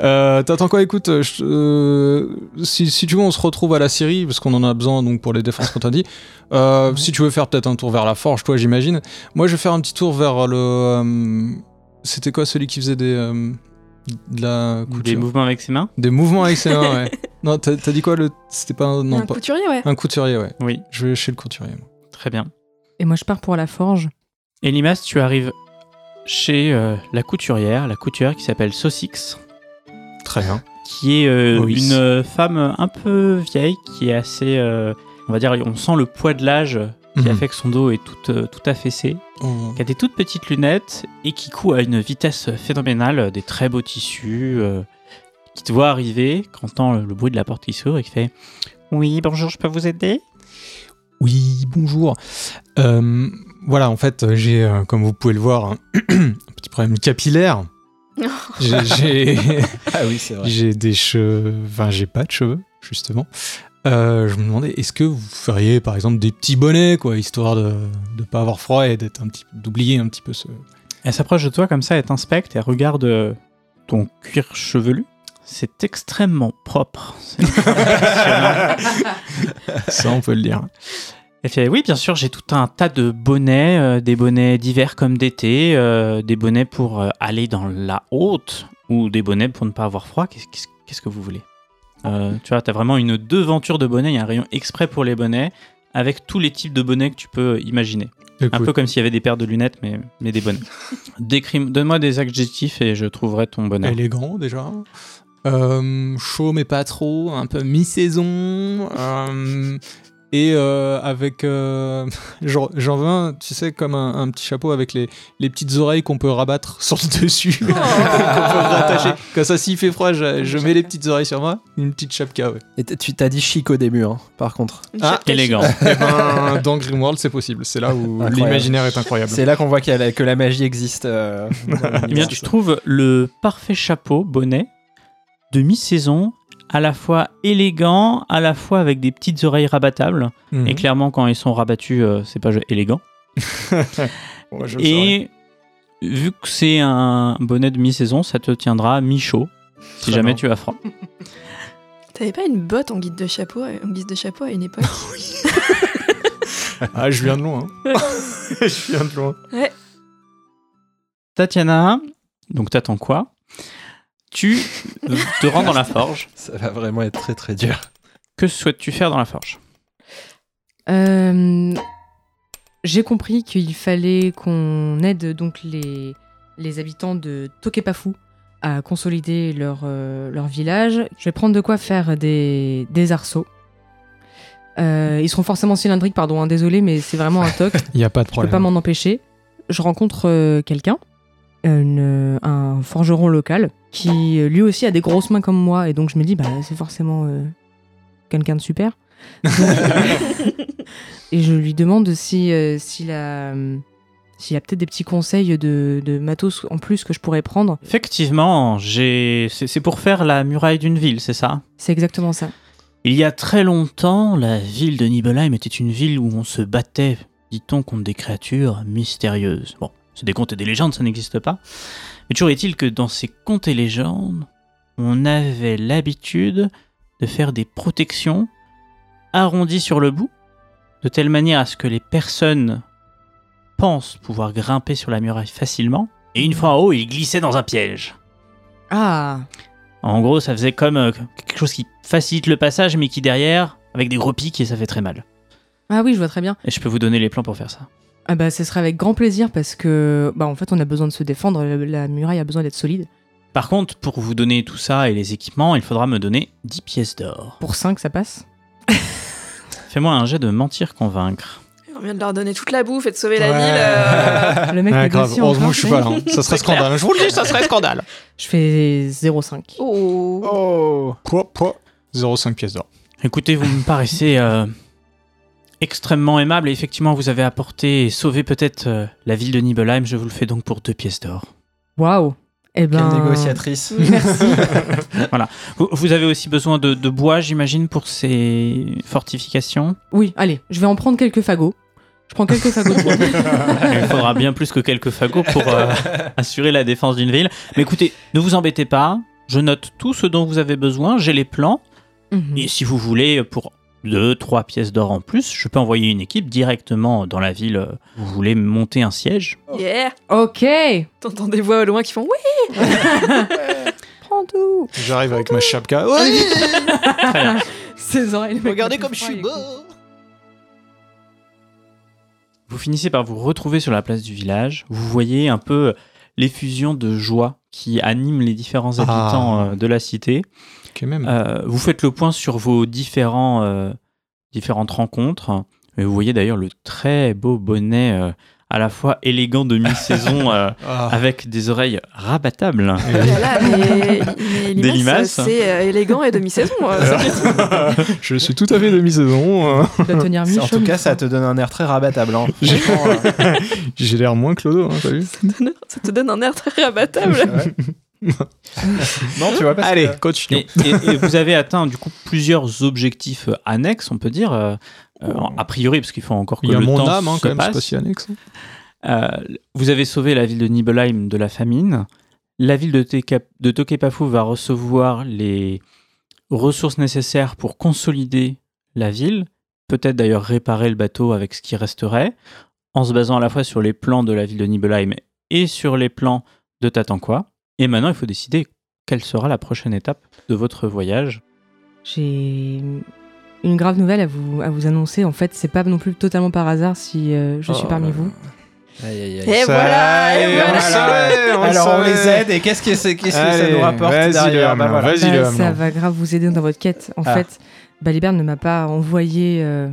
Speaker 2: Euh, T'attends quoi Écoute, euh, je- euh, si, si tu veux, on se retrouve à la Syrie parce qu'on en a besoin donc pour les défenses qu'on t'a dit. Euh, Si tu veux faire peut-être un tour vers la forge, toi, j'imagine. Moi, je vais faire un petit tour vers le. euh, C'était quoi celui qui faisait des euh, de la couture
Speaker 1: Des mouvements avec ses mains
Speaker 2: Des mouvements avec ses mains, ouais. Non, t'as t'as dit quoi le C'était pas un- non
Speaker 3: un
Speaker 2: pas
Speaker 3: couturier, ouais.
Speaker 2: un couturier, ouais.
Speaker 1: Oui,
Speaker 2: Je vais chez le couturier. moi.
Speaker 1: très bien.
Speaker 5: Et moi, je pars pour la forge.
Speaker 1: Et Limas, tu arrives chez euh, la couturière, la couturière qui s'appelle Saucix,
Speaker 2: Très bien.
Speaker 1: qui est euh,
Speaker 2: Oui.
Speaker 1: une euh, femme un peu vieille, qui est assez, euh, on va dire, on sent le poids de l'âge qui a
Speaker 2: Mhm.
Speaker 1: fait que son dos est tout, euh, tout affaissé.
Speaker 2: Oh.
Speaker 1: qui a des toutes petites lunettes et qui coud à une vitesse phénoménale euh, des très beaux tissus, euh, qui te voit arriver, qui entend le, le bruit de la porte qui s'ouvre et qui fait Oui, bonjour, je peux vous aider
Speaker 2: Oui, bonjour. Euh, voilà, en fait, j'ai, euh, comme vous pouvez le voir, un petit problème capillaire. J'ai- J'ai
Speaker 4: Ah oui, c'est
Speaker 2: j'ai des cheveux. Enfin, j'ai pas de cheveux, justement. Euh, je me demandais, est-ce que vous feriez, par exemple, des petits bonnets, quoi, histoire de ne pas avoir froid et d'être un petit, d'oublier un petit peu ce.
Speaker 1: Elle s'approche de toi comme ça, elle t'inspecte et elle regarde euh, ton cuir chevelu. C'est extrêmement propre. C'est impressionnant.
Speaker 2: Ça, on peut le dire.
Speaker 1: Elle fait Oui, bien sûr, j'ai tout un tas de bonnets, euh, des bonnets d'hiver comme d'été, euh, des bonnets pour euh, aller dans la haute ou des bonnets pour ne pas avoir froid. Qu'est-ce- Qu'est-ce qu'est-ce que vous voulez Euh, Tu vois, t'as vraiment une devanture de bonnets. Il y a un rayon exprès pour les bonnets avec tous les types de bonnets que tu peux imaginer. Un peu comme s'il y avait des paires de lunettes, mais, mais des bonnets. Décris- Donne-moi des adjectifs et je trouverai ton bonnet.
Speaker 2: élégant déjà. Euh, chaud mais pas trop, un peu mi-saison. euh, et euh, avec euh, genre- j'en veux un, tu sais, comme un, un petit chapeau avec les, les petites oreilles qu'on peut rabattre sur le dessus.
Speaker 5: Oh.
Speaker 2: qu'on peut rattacher. Comme ça, s'il fait froid, je, je mets les petites oreilles sur moi. Une petite chapka, ouais.
Speaker 4: Et t- tu t'as dit chic au début, hein, par contre.
Speaker 3: Une
Speaker 2: Ah,
Speaker 3: chapka.
Speaker 1: Élégant.
Speaker 2: Eh ben, dans Grimworld, c'est possible. C'est
Speaker 1: Ah,
Speaker 2: là où
Speaker 4: Incroyable.
Speaker 2: l'imaginaire est incroyable.
Speaker 4: C'est là qu'on voit qu'il y a la- que la magie existe. euh, dans
Speaker 1: Eh bien,
Speaker 4: l'univers.
Speaker 1: tu trouves le parfait chapeau, bonnet, de mi-saison, à la fois élégant, à la fois avec des petites oreilles rabattables.
Speaker 2: Mhm.
Speaker 1: Et clairement, quand ils sont rabattus, euh, c'est pas élégant.
Speaker 2: Ouais, je le saurais.
Speaker 1: Et vu que c'est un bonnet de mi-saison, ça te tiendra mi-chaud, si
Speaker 2: Très
Speaker 1: jamais
Speaker 2: bien.
Speaker 1: tu as froid.
Speaker 3: T'avais pas une botte en guise de chapeau, euh, en guise de chapeau à une époque
Speaker 2: Ah, je viens de loin. hein. je viens de loin.
Speaker 1: Tatiana, donc t'attends quoi Tu te rends dans la forge.
Speaker 4: Ça va vraiment être très très dur.
Speaker 1: Que souhaites-tu faire dans la forge
Speaker 5: Euh, J'ai compris qu'il fallait qu'on aide donc les, les habitants de Tokepafu à consolider leur, euh, leur village. Je vais prendre de quoi faire des, des arceaux. Euh, ils seront forcément cylindriques, pardon, hein, désolé, mais c'est vraiment un toc.
Speaker 2: Il n'y a pas de
Speaker 5: Je peux
Speaker 2: problème.
Speaker 5: pas m'en empêcher. Je rencontre euh, quelqu'un, une- euh, un forgeron local, qui euh, lui aussi a des grosses mains comme moi, et donc je me dis, bah, c'est forcément euh, quelqu'un de super. et je lui demande si, euh, s'il a, euh, s'il a peut-être des petits conseils de, de matos en plus que je pourrais prendre.
Speaker 1: Effectivement, j'ai... c'est c'est pour faire la muraille d'une ville, c'est ça
Speaker 5: C'est exactement ça.
Speaker 1: Il y a très longtemps, la ville de Nibelheim était une ville où on se battait, dit-on, contre des créatures mystérieuses. Bon, c'est des contes et des légendes, ça n'existe pas. Mais toujours est-il que dans ces contes et légendes, on avait l'habitude de faire des protections arrondies sur le bout, de telle manière à ce que les personnes pensent pouvoir grimper sur la muraille facilement, Et une fois en haut, il glissait dans un piège.
Speaker 5: Ah,
Speaker 1: En gros, ça faisait comme euh, quelque chose qui facilite le passage, mais qui derrière, avec des gros pics, et ça fait très mal.
Speaker 5: ah oui, je vois très bien.
Speaker 1: Et je peux vous donner les plans pour faire ça.
Speaker 5: Ah bah, ce sera avec grand plaisir parce que, bah, en fait, on a besoin de se défendre. La, la muraille a besoin d'être solide.
Speaker 1: Par contre, pour vous donner tout ça et les équipements, il faudra me donner 10 pièces d'or.
Speaker 5: Pour 5, ça passe.
Speaker 1: Fais-moi un jet de mentir-convaincre.
Speaker 3: On vient de leur donner toute la bouffe et de sauver la
Speaker 2: Ouais.
Speaker 3: ville. euh,
Speaker 5: Le mec
Speaker 2: Ouais, Ah, grave.
Speaker 5: négocie
Speaker 2: Heureusement
Speaker 5: encore,
Speaker 2: que je suis pas là. hein. Ça serait scandale. Je vous le dis, ça serait scandale.
Speaker 5: Je fais 0,5.
Speaker 3: Oh.
Speaker 4: Oh
Speaker 2: Pouah, pouah. 0,5 pièces d'or.
Speaker 1: Écoutez, vous me paraissez euh, extrêmement aimable, et effectivement, vous avez apporté et sauvé peut-être euh, la ville de Nibelheim. Je vous le fais donc pour 2 pièces d'or.
Speaker 5: Waouh. Eh
Speaker 4: Quelle
Speaker 5: ben.
Speaker 4: négociatrice
Speaker 5: Merci.
Speaker 1: Vous- Vous avez aussi besoin de, de bois, j'imagine, pour ces fortifications.
Speaker 5: Oui, allez, je vais en prendre quelques fagots. Je prends quelques fagots de bois.
Speaker 1: Il faudra bien plus que quelques fagots pour euh, assurer la défense d'une ville. Mais écoutez, ne vous embêtez pas. Je note tout ce dont vous avez besoin. J'ai les plans.
Speaker 5: Mhm.
Speaker 1: Et si vous voulez, pour deux, trois pièces d'or en plus, je peux envoyer une équipe directement dans la ville. Vous voulez monter un siège
Speaker 3: Yeah
Speaker 5: Ok.
Speaker 3: T'entends des voix au loin qui font oui
Speaker 5: Prends tout.
Speaker 2: J'arrive avec ma chapka. Ouais,
Speaker 1: Très bien.
Speaker 5: 16 ans. et le mec
Speaker 2: regardez
Speaker 5: le plus
Speaker 2: comme je
Speaker 5: froid,
Speaker 2: suis
Speaker 5: il est
Speaker 2: beau.
Speaker 5: con.
Speaker 1: Vous finissez par vous retrouver sur la place du village. Vous voyez un peu l'effusion de joie qui anime les différents
Speaker 2: Ah.
Speaker 1: habitants euh, de la cité.
Speaker 2: Ok, même.
Speaker 1: Euh, vous faites le point sur vos différents, euh, différentes rencontres. Et vous voyez d'ailleurs le très beau bonnet euh, à la fois élégant de mi-saison euh,
Speaker 2: Ah.
Speaker 1: avec des oreilles rabattables.
Speaker 3: Voilà, oh mais, mais
Speaker 1: Des
Speaker 3: limaces,
Speaker 1: limaces.
Speaker 3: c'est euh, élégant et demi-saison. euh, c'est-
Speaker 2: Je suis tout à fait demi-saison. hein.
Speaker 5: Il doit tenir
Speaker 4: C'est-
Speaker 5: mi
Speaker 4: En tout cas, ça te donne un air très rabattable. hein. Franchement, euh,
Speaker 2: J'ai l'air moins clodo, hein, t'as vu
Speaker 3: Ça te donne un air très rabattable.
Speaker 4: non, tu vois pas.
Speaker 2: Allez, coach.
Speaker 1: Et, et- et vous avez atteint du coup plusieurs objectifs euh, annexes, on peut dire, euh, euh, a priori, parce qu'il faut encore que
Speaker 2: Oh. Il y a
Speaker 1: le
Speaker 2: mon
Speaker 1: temps
Speaker 2: âme, hein,
Speaker 1: se
Speaker 2: quand même, c'est
Speaker 1: passe.
Speaker 2: pas si annexe.
Speaker 1: Euh, vous avez sauvé la ville de Nibelheim de la famine. La ville de, Teka- de Tokepafu va recevoir les ressources nécessaires pour consolider la ville, peut-être d'ailleurs réparer le bateau avec ce qui resterait, en se basant à la fois sur les plans de la ville de Nibelheim et sur les plans de Tatankwa. Et maintenant, il faut décider quelle sera la prochaine étape de votre voyage.
Speaker 5: J'ai une grave nouvelle à vous, à vous annoncer. En fait, c'est pas non plus totalement par hasard si euh, je suis
Speaker 4: Oh
Speaker 5: parmi
Speaker 4: là
Speaker 5: vous.
Speaker 4: Aïe, aïe, aïe.
Speaker 3: Et
Speaker 2: Ça
Speaker 3: voilà,
Speaker 2: y
Speaker 3: et
Speaker 2: est, on
Speaker 3: voilà.
Speaker 2: le savait, on le
Speaker 4: Alors on
Speaker 2: savait.
Speaker 4: les aide et qu'est-ce que, c'est- qu'est-ce que ça
Speaker 2: Allez,
Speaker 4: nous rapporte
Speaker 2: vas-y,
Speaker 4: derrière
Speaker 2: Léa,
Speaker 4: Bah, voilà.
Speaker 2: vas-y,
Speaker 5: Bah,
Speaker 2: Léa,
Speaker 5: ça
Speaker 2: maintenant.
Speaker 5: va grave vous aider dans votre quête. En
Speaker 4: Ah.
Speaker 5: fait, Balibert ne m'a pas envoyé euh,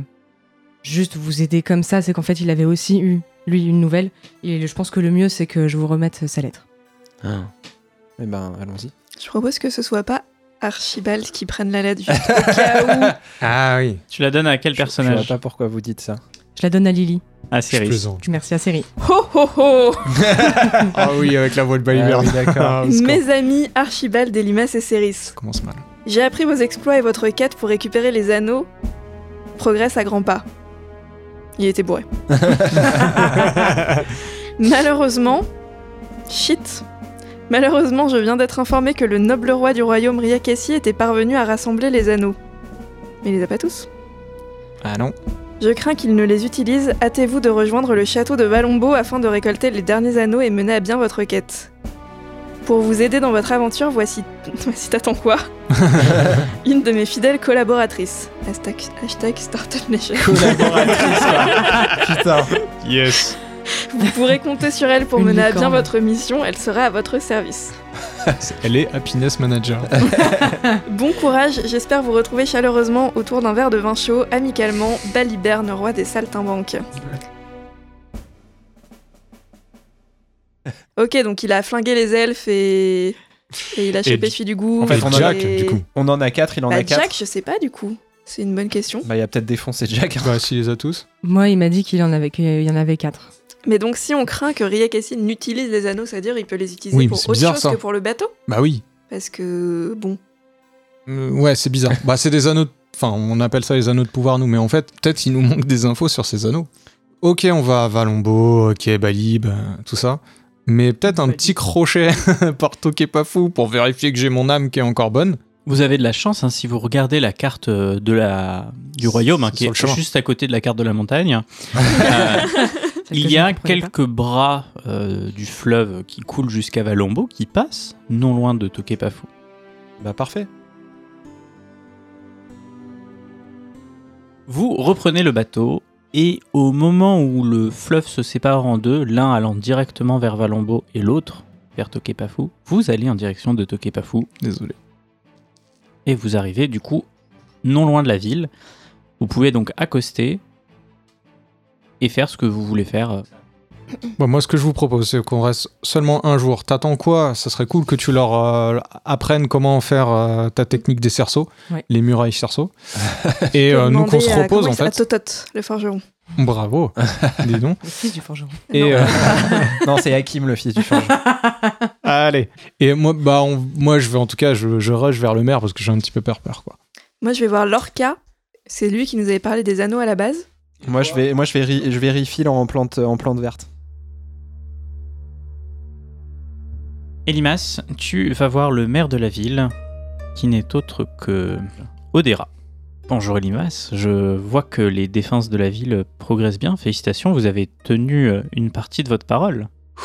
Speaker 5: juste vous aider comme ça. C'est qu'en fait, il avait aussi eu, lui, une nouvelle. Et je pense que le mieux, c'est que je vous remette sa lettre.
Speaker 4: Eh ben allons-y.
Speaker 3: Je propose que ce soit pas Archibald qui prenne la lettre juste au cas
Speaker 2: Ah oui,
Speaker 1: Tu la donnes à quel
Speaker 4: Je vois
Speaker 1: personnage
Speaker 4: pas pourquoi vous dites ça.
Speaker 5: Je la donne à Lily.
Speaker 1: À
Speaker 2: je
Speaker 1: Céris.
Speaker 2: plaisante.
Speaker 5: Merci à Série.
Speaker 3: où. Ho ho ho
Speaker 2: Ah oui, avec la voix de
Speaker 4: Ah
Speaker 2: Balibert.
Speaker 4: oui, d'accord.
Speaker 3: Mes amis Archibald, Delimas et Céris,
Speaker 2: commence mal.
Speaker 3: j'ai appris vos exploits et votre quête pour récupérer les anneaux progresse à grands pas. Il était bourré. Malheureusement, shit. Malheureusement, je viens d'être informé que le noble roi du royaume Riakessi était parvenu à rassembler les anneaux. Mais il les a pas tous.
Speaker 4: Ah non.
Speaker 3: Je crains qu'il ne les utilise. Hâtez-vous de rejoindre le château de Valombo afin de récolter les derniers anneaux et mener à bien votre quête. Pour vous aider dans votre aventure, voici. Voici t'attends quoi Une de mes fidèles collaboratrices. Hashtag, hashtag Startup Nation.
Speaker 4: Collaboratrice. quoi. Putain.
Speaker 2: Yes.
Speaker 3: Vous pourrez compter sur elle pour
Speaker 5: Une
Speaker 3: mener à bien
Speaker 5: licorne.
Speaker 3: votre mission. Elle sera à votre service.
Speaker 2: Elle est happiness manager.
Speaker 3: Bon courage. J'espère vous retrouver chaleureusement autour d'un verre de vin chaud, amicalement, Baliberne, roi des saltimbanques. Ok, donc il a flingué les elfes et, et il a chopé
Speaker 2: du-
Speaker 3: celui du goût.
Speaker 2: En fait,
Speaker 4: on en a-
Speaker 2: Jack,
Speaker 3: et-
Speaker 2: du coup.
Speaker 4: On en a 4, il en
Speaker 3: Bah,
Speaker 4: a 4.
Speaker 3: Jack, je sais pas du coup. C'est une bonne question.
Speaker 4: Bah il a peut-être défoncé Jack.
Speaker 2: Bah, s'il les a tous.
Speaker 5: Moi, il m'a dit qu'il en avait, qu'il y en avait quatre.
Speaker 3: Mais donc, si on craint que Riakessi n'utilise les anneaux, c'est-à-dire il peut les utiliser
Speaker 2: Oui, mais
Speaker 3: pour
Speaker 2: c'est
Speaker 3: autre
Speaker 2: bizarre,
Speaker 3: chose
Speaker 2: ça.
Speaker 3: que pour le bateau
Speaker 2: Bah oui.
Speaker 3: Parce que, bon.
Speaker 2: Euh, ouais, c'est bizarre. bah, c'est des anneaux. de- Enfin, on appelle ça les anneaux de pouvoir, nous. Mais en fait, peut-être il nous manque des infos sur ces anneaux. Ok, on va à Valombo, ok, Balib, euh, tout ça. Mais peut-être un
Speaker 5: Balib.
Speaker 2: petit crochet par Toké pas fou pour vérifier que j'ai mon âme qui est encore bonne.
Speaker 1: Vous avez de la chance hein, si vous regardez la carte euh, de la, du royaume hein,
Speaker 2: C'est
Speaker 1: qui
Speaker 2: sur le
Speaker 1: est
Speaker 2: chemin.
Speaker 1: juste à côté de la carte de la montagne. Euh,
Speaker 5: peut-être que
Speaker 1: Il
Speaker 5: je
Speaker 1: y
Speaker 5: ne
Speaker 1: a
Speaker 5: comprenais pas.
Speaker 1: quelques bras euh, du fleuve qui coulent jusqu'à Valombo qui passent non loin de Tokepafu.
Speaker 2: Bah parfait.
Speaker 1: Vous reprenez le bateau et au moment où le fleuve se sépare en deux, l'un allant directement vers Valombo et l'autre vers Tokepafu, vous allez en direction de Tokepafu
Speaker 2: Désolé.
Speaker 1: et vous arrivez du coup non loin de la ville. Vous pouvez donc accoster et faire ce que vous voulez faire.
Speaker 2: Bon, moi, ce que je vous propose, c'est qu'on reste seulement un jour. T'attends quoi Ça serait cool que tu leur euh, apprennes comment faire euh, ta technique des cerceaux,
Speaker 5: Ouais.
Speaker 2: les murailles cerceaux. Et euh, nous,
Speaker 3: Demander
Speaker 2: qu'on se
Speaker 3: à-
Speaker 2: repose,
Speaker 3: comment
Speaker 2: en
Speaker 3: il- À
Speaker 2: fait.
Speaker 3: Totot, le forgeron.
Speaker 2: Bravo, dis donc.
Speaker 5: Le fils du forgeron.
Speaker 2: Et,
Speaker 3: Non.
Speaker 2: euh,
Speaker 4: non, c'est Hakim le fils du forgeron.
Speaker 2: Allez. Et moi, bah, on- moi, je vais en tout cas, je, je rush vers le maire parce que j'ai un petit peu peur, peur quoi.
Speaker 3: Moi, je vais voir Lorca. C'est lui qui nous avait parlé des anneaux à la base.
Speaker 4: moi, je vais, moi, je vais, ri- je vais refill en plante, en plante verte.
Speaker 1: Elimas, tu vas voir le maire de la ville qui n'est autre que Odera. Bonjour Elimas, je vois que les défenses de la ville progressent bien. Félicitations, vous avez tenu euh, une partie de votre parole.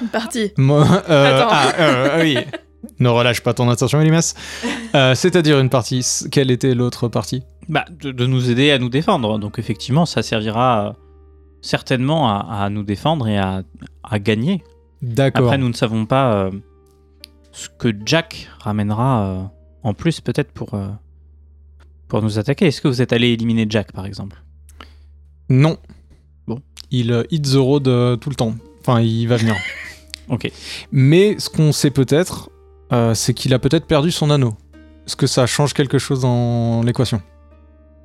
Speaker 3: Une partie.
Speaker 2: Moi, euh,
Speaker 3: Attends.
Speaker 2: ah, euh, ah oui. Ne relâche pas ton attention, Elimas. Euh, C'est-à-dire une partie. S- Quelle était l'autre partie
Speaker 1: Bah, de, de nous aider à nous défendre. Donc effectivement, ça servira euh, certainement à, à nous défendre et à, à gagner.
Speaker 2: D'accord.
Speaker 1: Après, nous ne savons pas euh, ce que Jack ramènera euh, en plus peut-être pour, euh, pour nous attaquer. Est-ce que vous êtes allé éliminer Jack par exemple
Speaker 2: Non.
Speaker 1: Bon.
Speaker 2: Il euh, hit the road euh, tout le temps. Enfin, il va venir.
Speaker 1: Ok.
Speaker 2: Mais ce qu'on sait peut-être, euh, c'est qu'il a peut-être perdu son anneau. Est-ce que ça change quelque chose dans l'équation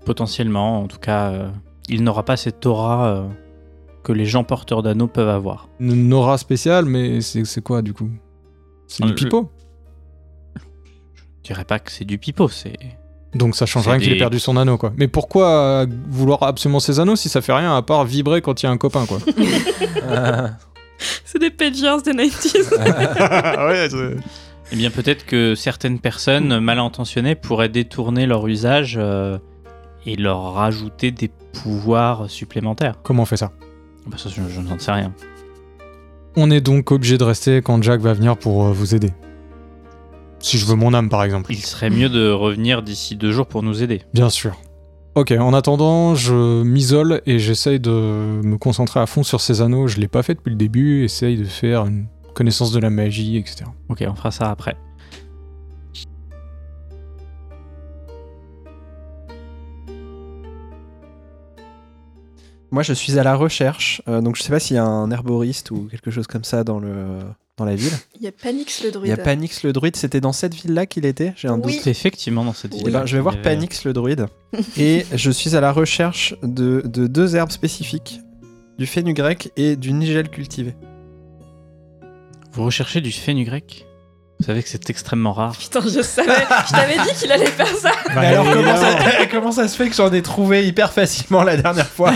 Speaker 1: Potentiellement, en tout cas, euh, il n'aura pas cette aura euh, que les gens porteurs d'anneaux peuvent avoir.
Speaker 2: Une aura spéciale, mais c'est c'est quoi du coup C'est du
Speaker 1: Euh,
Speaker 2: pipeau.
Speaker 1: Je dirais pas que c'est du pipeau, c'est.
Speaker 2: Donc ça change
Speaker 1: C'est
Speaker 2: rien qu'il
Speaker 1: des-
Speaker 2: ait perdu son anneau, quoi. Mais pourquoi euh, vouloir absolument ses anneaux si ça fait rien à part vibrer quand il y a un copain, quoi Ah
Speaker 3: C'est des Pagers des 90s.
Speaker 1: Eh bien, peut-être que certaines personnes mal intentionnées pourraient détourner leur usage euh, et leur rajouter des pouvoirs supplémentaires.
Speaker 2: Comment on fait ça
Speaker 1: Bah, ça, je, je n'en sais rien.
Speaker 2: On est donc obligé de rester quand Jack va venir pour euh, vous aider. Si je veux mon âme, par exemple.
Speaker 1: Il serait mieux de revenir d'ici deux jours pour nous aider.
Speaker 2: Bien sûr. Ok, en attendant, je m'isole et j'essaye de me concentrer à fond sur ces anneaux. Je l'ai pas fait depuis le début, essaye de faire une connaissance de la magie, etc.
Speaker 1: Ok, on fera ça après.
Speaker 4: Moi, je suis à la recherche. euh, donc, je sais pas s'il y a un herboriste ou quelque chose comme ça dans le, dans la ville.
Speaker 3: Il y a Panix le
Speaker 4: Il y
Speaker 3: druide.
Speaker 4: a Panix le druide. C'était dans cette ville-là qu'il était. J'ai un
Speaker 3: Oui.
Speaker 4: doute.
Speaker 1: C'est effectivement dans cette
Speaker 3: Oui.
Speaker 1: idée.
Speaker 4: Eh ben, je vais voir Panix le druide. et je suis à la recherche de, de deux herbes spécifiques, du grec et du nigel cultivé.
Speaker 1: Vous recherchez du grec Vous savez que c'est extrêmement rare.
Speaker 3: Putain, je savais. Je t'avais dit qu'il allait faire ça
Speaker 2: Bah,
Speaker 4: Mais alors, comment ça, comment ça se fait que j'en ai trouvé hyper facilement la dernière fois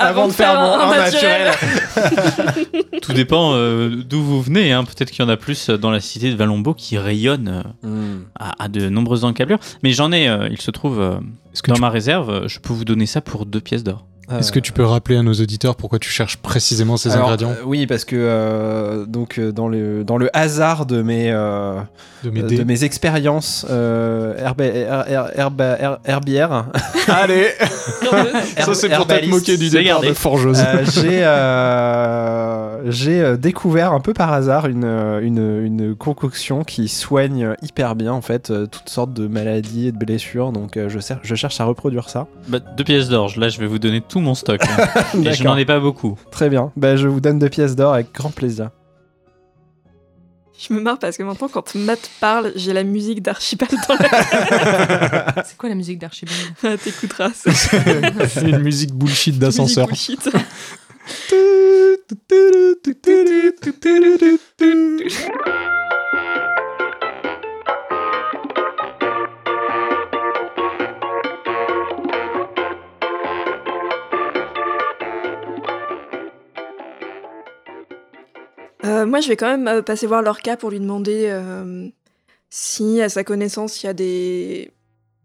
Speaker 4: avant de faire mon un naturel
Speaker 1: Tout dépend euh, d'où vous venez. hein. Peut-être qu'il y en a plus euh, dans la cité de Valombo qui rayonne euh,
Speaker 2: Hmm.
Speaker 1: à, à de nombreuses encablures. Mais j'en ai, euh, il se trouve, euh,
Speaker 2: Est-ce que,
Speaker 1: dans
Speaker 2: tu-
Speaker 1: ma réserve. euh, Je peux vous donner ça pour deux pièces d'or.
Speaker 4: Euh,
Speaker 2: est-ce que tu peux rappeler à nos auditeurs pourquoi tu cherches précisément ces
Speaker 4: Alors,
Speaker 2: ingrédients
Speaker 4: euh, Oui, parce que euh, donc euh, dans le dans le hasard de mes euh,
Speaker 2: de
Speaker 4: euh,
Speaker 2: m'aider
Speaker 4: de mes expériences euh, herbe- her- her- herbe- her- herbières,
Speaker 2: Allez
Speaker 4: Herbe-
Speaker 2: Ça, c'est pour t'être
Speaker 4: herbaliste.
Speaker 2: moqué du
Speaker 1: C'est
Speaker 2: départ
Speaker 1: gardé.
Speaker 2: de Forgeuse.
Speaker 4: Euh, j'ai euh, j'ai euh, découvert un peu par hasard une, euh, une, une concoction qui soigne hyper bien en fait euh, toutes sortes de maladies et de blessures donc euh, je, cer- je cherche à reproduire ça.
Speaker 1: Bah, deux pièces d'or, là je vais vous donner tout mon stock. hein. Et je n'en ai pas beaucoup.
Speaker 4: Très bien. Bah, je vous donne deux pièces d'or avec grand plaisir.
Speaker 3: Je me marre parce que maintenant, quand Matt parle, j'ai la musique d'Archibald dans la
Speaker 5: C'est quoi la musique d'Archibald
Speaker 3: tête. T'écouteras. c'est une
Speaker 2: C'est une musique bullshit
Speaker 3: musique
Speaker 2: d'ascenseur.
Speaker 3: bullshit. Euh, moi, je vais quand même euh, passer voir Lorca pour lui demander euh, si, à sa connaissance, il y a des.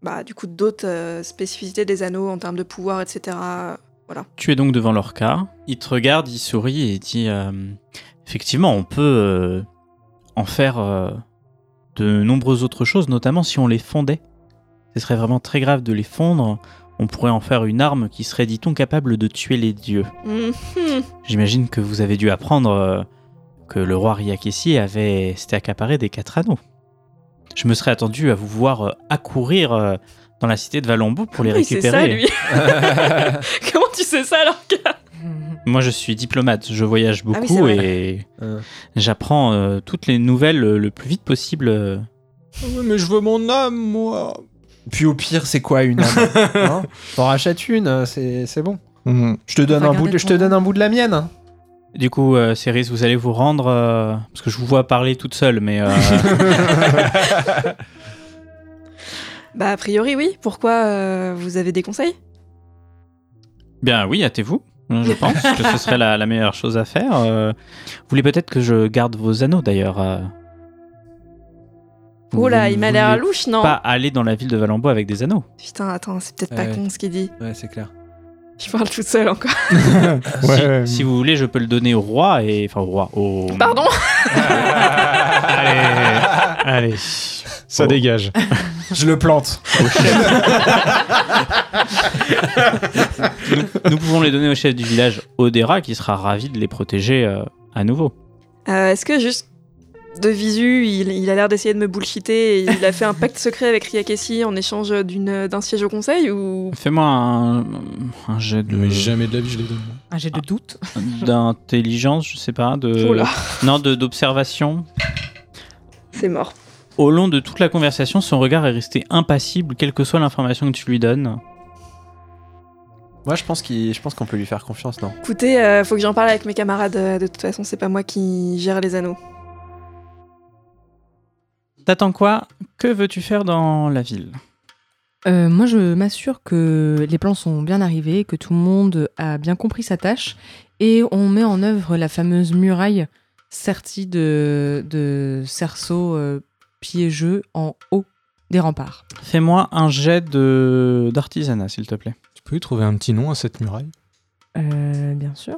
Speaker 3: Bah, du coup, d'autres euh, spécificités des anneaux en termes de pouvoir, etc.
Speaker 1: Tu es donc devant l'orca. Il te regarde, il sourit et il dit euh, Effectivement, on peut euh, en faire euh, de nombreuses autres choses, notamment si on les fondait. Ce serait vraiment très grave de les fondre. On pourrait en faire une arme qui serait, dit-on, capable de tuer les dieux.
Speaker 3: Mhm.
Speaker 1: J'imagine que vous avez dû apprendre euh, que le roi Ryakessi avait s'était accaparé des quatre anneaux. Je me serais attendu à vous voir euh, accourir euh, dans la cité de Valombo pour les
Speaker 3: Comment il sait
Speaker 1: récupérer.
Speaker 3: ça, lui Comment tu sais ça alors que-
Speaker 1: Moi, je suis diplomate, je voyage
Speaker 3: Ah oui,
Speaker 1: beaucoup
Speaker 3: c'est
Speaker 1: et
Speaker 4: Euh.
Speaker 1: j'apprends euh, toutes les nouvelles euh, le plus vite possible. euh.
Speaker 2: Ouais, mais je veux mon âme, moi.
Speaker 4: Puis au pire, c'est quoi une âme hein T'en rachètes une, euh, c'est c'est bon.
Speaker 2: Mmh.
Speaker 4: Je te donne,
Speaker 5: va
Speaker 4: un bout, de,
Speaker 5: garder
Speaker 4: je te
Speaker 5: ton-
Speaker 4: donne un bout de la mienne. hein.
Speaker 1: Du coup, euh, Céris, vous allez vous rendre euh, parce que je vous vois parler toute seule, mais euh,
Speaker 3: Bah, a priori, oui. Pourquoi euh, vous avez des conseils
Speaker 1: bien oui, hâtez-vous. hein, Je pense que ce serait la, la meilleure chose à faire. euh. vous voulez peut-être que je garde vos anneaux d'ailleurs. euh. Vous
Speaker 3: Oh là, il
Speaker 1: ne
Speaker 3: m'a l'air
Speaker 1: voulez
Speaker 3: louche, non
Speaker 1: Pas aller dans la ville de Valambo avec des anneaux.
Speaker 3: Putain, attends, c'est peut-être pas
Speaker 4: Ouais.
Speaker 3: con ce qu'il dit.
Speaker 4: Ouais, c'est clair.
Speaker 3: Je parle toute seule encore.
Speaker 2: Ah,
Speaker 1: Si-
Speaker 2: Mmh.
Speaker 4: ouais.
Speaker 1: si, vous voulez, je peux le donner au roi et enfin au roi. Au...
Speaker 3: Pardon
Speaker 1: Allez, allez.
Speaker 2: Ça
Speaker 1: Oh.
Speaker 2: dégage.
Speaker 4: Je le plante.
Speaker 1: nous, nous pouvons les donner au chef du village Odera qui sera ravi de les protéger euh, à nouveau.
Speaker 3: Euh, Est-ce que juste de visu, il, il a l'air d'essayer de me bullshiter et il a fait un pacte secret avec Riakessi en échange d'une- d'un siège au conseil ou
Speaker 1: Fais-moi un, un jet
Speaker 2: Mais
Speaker 1: de
Speaker 2: jamais de la vie, je les donne.
Speaker 5: Ah, j'ai de doutes.
Speaker 1: d'intelligence, je sais pas, de
Speaker 3: Oula.
Speaker 1: non de d'observation.
Speaker 3: c'est mort
Speaker 1: Au long de toute la conversation, son regard est resté impassible, quelle que soit l'information que tu lui donnes.
Speaker 4: Moi, je pense qu'il- je pense qu'on peut lui faire confiance, non
Speaker 3: Écoutez, euh, faut que j'en parle avec mes camarades. euh, De toute façon, c'est pas moi qui gère les anneaux.
Speaker 1: T'attends quoi Que veux-tu faire dans la ville
Speaker 5: Euh, moi, je m'assure que les plans sont bien arrivés, que tout le monde a bien compris sa tâche, et on met en œuvre la fameuse muraille sertie de, de cerceaux euh, piégeux en haut des remparts.
Speaker 1: Fais-moi un jet de d'artisanat, s'il te plaît.
Speaker 2: Tu peux lui trouver un petit nom à cette muraille
Speaker 5: Euh, bien sûr.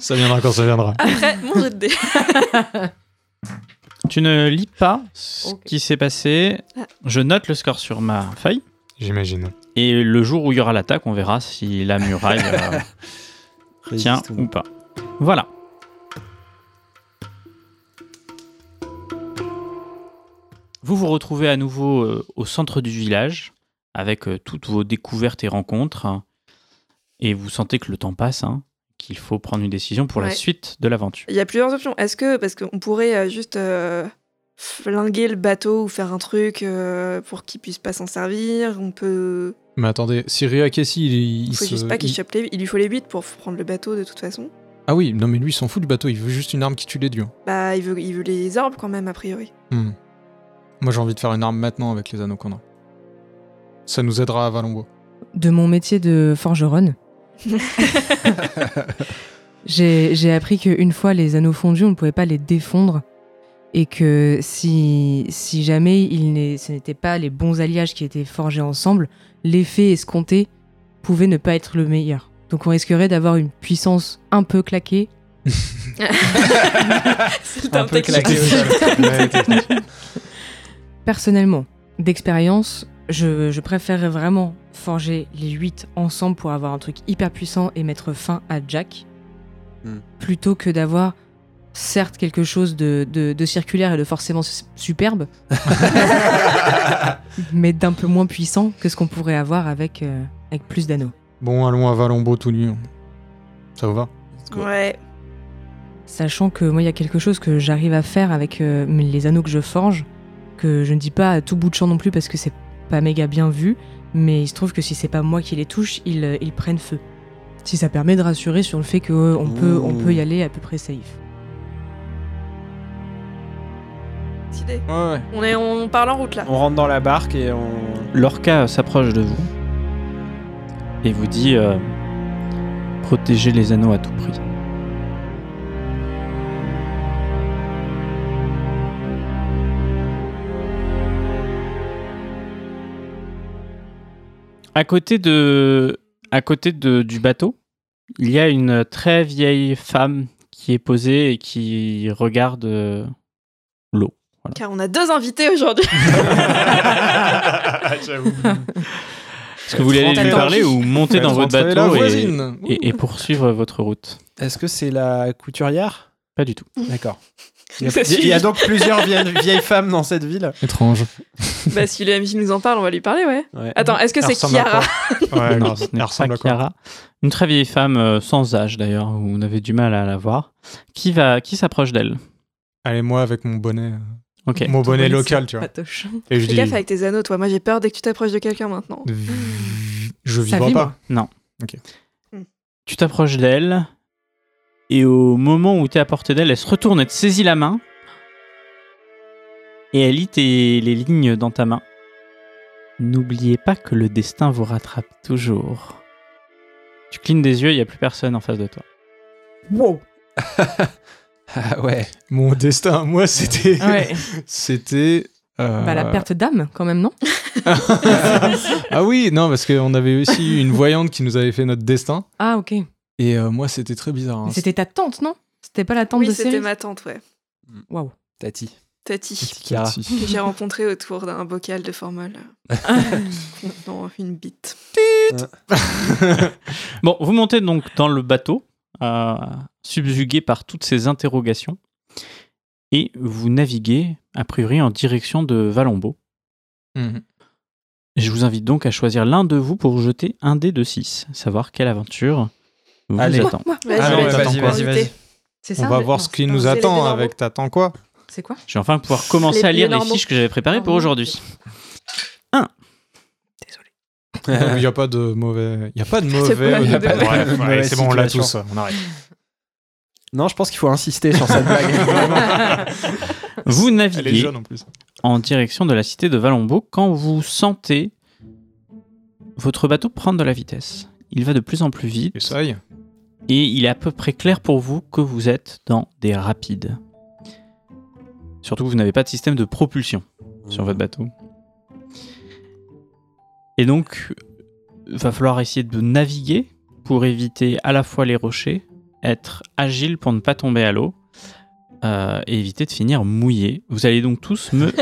Speaker 2: Ça viendra quand ça viendra.
Speaker 3: Après, mon jet de dés.
Speaker 1: Tu ne lis pas ce
Speaker 5: Ok.
Speaker 1: qui s'est passé.
Speaker 3: Ah.
Speaker 1: Je note le score sur ma feuille.
Speaker 2: J'imagine.
Speaker 1: Et le jour où il y aura l'attaque, on verra si la muraille euh, tient
Speaker 4: Résiste ou non.
Speaker 1: ou pas. Voilà. Vous vous retrouvez à nouveau euh, au centre du village avec euh, toutes vos découvertes et rencontres. hein. Et vous sentez que le temps passe, hein, qu'il faut prendre une décision pour la
Speaker 3: Ouais.
Speaker 1: suite de l'aventure.
Speaker 3: Il y a plusieurs options. Est-ce que, parce qu'on pourrait euh, juste euh, flinguer le bateau ou faire un truc euh, pour qu'il puisse pas s'en servir, on peut.
Speaker 2: Mais attendez, si Ria Cassie, il, il
Speaker 3: Il faut
Speaker 2: se-
Speaker 3: juste pas qu'il
Speaker 2: il-
Speaker 3: chope les. Il lui faut les 8 pour prendre le bateau de toute façon.
Speaker 2: Ah oui, non mais lui, il s'en fout du bateau, il veut juste une arme qui tue les dieux.
Speaker 3: Bah, il veut, il veut les orbes quand même, a priori.
Speaker 2: Hmm. Moi, j'ai envie de faire une arme maintenant avec les anneaux qu'on a. Ça nous aidera à Valombo.
Speaker 5: De mon métier de forgeronne, j'ai j'ai appris qu'une fois les anneaux fondus, on ne pouvait pas les défondre. Et que si, si jamais il n'est- ce n'étaient pas les bons alliages qui étaient forgés ensemble, l'effet escompté pouvait ne pas être le meilleur. Donc on risquerait d'avoir une puissance un peu claquée.
Speaker 3: C'est le terme
Speaker 4: peu
Speaker 3: technique.
Speaker 4: claqué au sol. Ouais, technique.
Speaker 5: Personnellement, d'expérience, je, je préférerais vraiment forger les 8 ensemble pour avoir un truc hyper puissant et mettre fin à Jack,
Speaker 4: Hmm.
Speaker 5: plutôt que d'avoir certes quelque chose de, de- de circulaire et de forcément su- superbe, mais d'un peu moins puissant que ce qu'on pourrait avoir avec, euh, avec plus d'anneaux.
Speaker 2: Bon, allons à Valombo tout nu. Ça vous va
Speaker 3: Ouais.
Speaker 5: Sachant que moi, il y a quelque chose que j'arrive à faire avec euh, les anneaux que je forge, que je ne dis pas à tout bout de champ non plus parce que c'est pas méga bien vu, mais il se trouve que si c'est pas moi qui les touche, ils, euh, ils prennent feu. Si ça permet de rassurer sur le fait qu'on peut, on
Speaker 4: Ouh.
Speaker 5: peut y aller à peu près safe.
Speaker 3: petite idée.
Speaker 4: Ouais, ouais.
Speaker 3: On, est, on parle en route là.
Speaker 4: On rentre dans la barque et on.
Speaker 1: L'orca s'approche de vous et vous dit euh, protégez les anneaux à tout prix. À côté, de, à côté de, du bateau, il y a une très vieille femme qui est posée et qui regarde. euh,
Speaker 3: Car on a deux invités aujourd'hui.
Speaker 2: Ah, J'avoue.
Speaker 1: Est-ce que vous voulez aller lui
Speaker 3: Attends.
Speaker 1: parler ou monter dans votre
Speaker 2: Rentrez la
Speaker 1: bateau et,
Speaker 2: voisine.
Speaker 1: et- et poursuivre votre route
Speaker 4: Est-ce que c'est la couturière
Speaker 1: Pas du tout.
Speaker 4: D'accord. Il y,
Speaker 3: Ça
Speaker 4: a, il y a
Speaker 3: suffit.
Speaker 4: donc plusieurs vieilles, vieilles femmes dans cette ville.
Speaker 2: Étrange.
Speaker 3: bah, si le MJ nous en parle, on va lui parler, ouais.
Speaker 4: Ouais.
Speaker 3: Attends, est-ce que
Speaker 2: Elle
Speaker 3: c'est
Speaker 2: ressemble à
Speaker 3: Kiara
Speaker 2: Ouais,
Speaker 1: non,
Speaker 2: grave.
Speaker 1: ce
Speaker 2: Elle
Speaker 1: n'est pas
Speaker 2: ressemble à quoi
Speaker 1: Chiara. Une très vieille femme, euh, sans âge d'ailleurs, où on avait du mal à la voir, qui, va, qui s'approche d'elle.
Speaker 2: Allez, moi avec mon bonnet, euh,
Speaker 1: Ok.
Speaker 2: mon bonnet local, tu vois.
Speaker 5: Patoche.
Speaker 2: Et je
Speaker 3: Fais
Speaker 2: dis,
Speaker 3: gaffe avec tes anneaux, toi. Moi, j'ai peur dès que tu t'approches de quelqu'un maintenant.
Speaker 2: je
Speaker 5: Ça
Speaker 2: vibre
Speaker 5: vibre.
Speaker 2: pas.
Speaker 1: Tu t'approches d'elle, et au moment où tu es à portée d'elle, elle se retourne et te saisit la main. Et elle lit tes- les lignes dans ta main. N'oubliez pas que le destin vous rattrape toujours. Tu clignes des yeux, il n'y a plus personne en face de toi.
Speaker 5: Wow.
Speaker 4: Ah ouais.
Speaker 2: Mon destin, moi, c'était,
Speaker 5: Ah Ouais.
Speaker 2: c'était. euh,
Speaker 5: Bah, la perte d'âme, quand même, non
Speaker 2: ah oui, non, parce qu'on avait aussi une voyante qui nous avait fait notre destin.
Speaker 5: Ah, ok.
Speaker 2: Et euh, moi, c'était très bizarre. hein.
Speaker 5: Mais C'était ta tante, non C'était pas la tante
Speaker 3: Oui,
Speaker 5: de
Speaker 3: c'était
Speaker 5: série
Speaker 3: ma tante, ouais.
Speaker 5: Waouh.
Speaker 4: Tati.
Speaker 3: Tati,
Speaker 4: Kiara.
Speaker 3: que j'ai rencontrée autour d'un bocal de formol. non, une bite.
Speaker 1: Bon, vous montez donc dans le bateau, euh, subjugué par toutes ces interrogations, et vous naviguez, a priori, en direction de Valombo.
Speaker 2: Mhm.
Speaker 1: Je vous invite donc à choisir l'un de vous pour jeter un dé de 6, savoir quelle aventure vous
Speaker 4: Allez.
Speaker 5: Moi,
Speaker 1: attend.
Speaker 5: moi,
Speaker 3: Vas-y,
Speaker 2: Ah
Speaker 4: Allez,
Speaker 2: ouais,
Speaker 3: vas-y,
Speaker 2: t'attends
Speaker 4: vas-y,
Speaker 2: quoi
Speaker 4: vas-y, vas-y.
Speaker 5: C'est ça
Speaker 2: On va
Speaker 5: mais-
Speaker 2: voir
Speaker 5: non,
Speaker 2: ce
Speaker 5: c'est
Speaker 2: qui
Speaker 5: pas
Speaker 2: nous
Speaker 5: un-
Speaker 3: C'est les
Speaker 2: attend
Speaker 3: Normaux.
Speaker 2: avec T'attends quoi
Speaker 5: C'est quoi
Speaker 1: Je vais enfin pouvoir commencer à
Speaker 3: Les
Speaker 1: lire les
Speaker 3: normaux.
Speaker 1: fiches que j'avais préparées pour
Speaker 5: Normaux.
Speaker 1: aujourd'hui.
Speaker 4: Ah
Speaker 2: Il n'y a pas de mauvais. Il n'y a pas de
Speaker 3: C'est
Speaker 2: mauvais.
Speaker 3: pas
Speaker 2: y a
Speaker 3: de
Speaker 2: pas de-
Speaker 4: mauvais.
Speaker 2: Bref,
Speaker 4: Mauvaise
Speaker 2: allez, c'est bon, on l'a tous.
Speaker 4: situation.
Speaker 2: On arrête.
Speaker 4: Non, je pense qu'il faut insister sur cette blague. Vraiment.
Speaker 1: Vous
Speaker 2: Elle est
Speaker 1: naviguez
Speaker 2: jeune en plus.
Speaker 1: en direction de la cité de Valombo quand vous sentez votre bateau prendre de la vitesse. Il va de plus en plus vite.
Speaker 2: Et ça y est.
Speaker 1: et il est à peu près clair pour vous que vous êtes dans des rapides. Surtout que vous n'avez pas de système de propulsion sur votre bateau. Et donc, va falloir essayer de naviguer pour éviter à la fois les rochers, être agile pour ne pas tomber à l'eau, euh, et éviter de finir mouillé. Vous allez donc tous me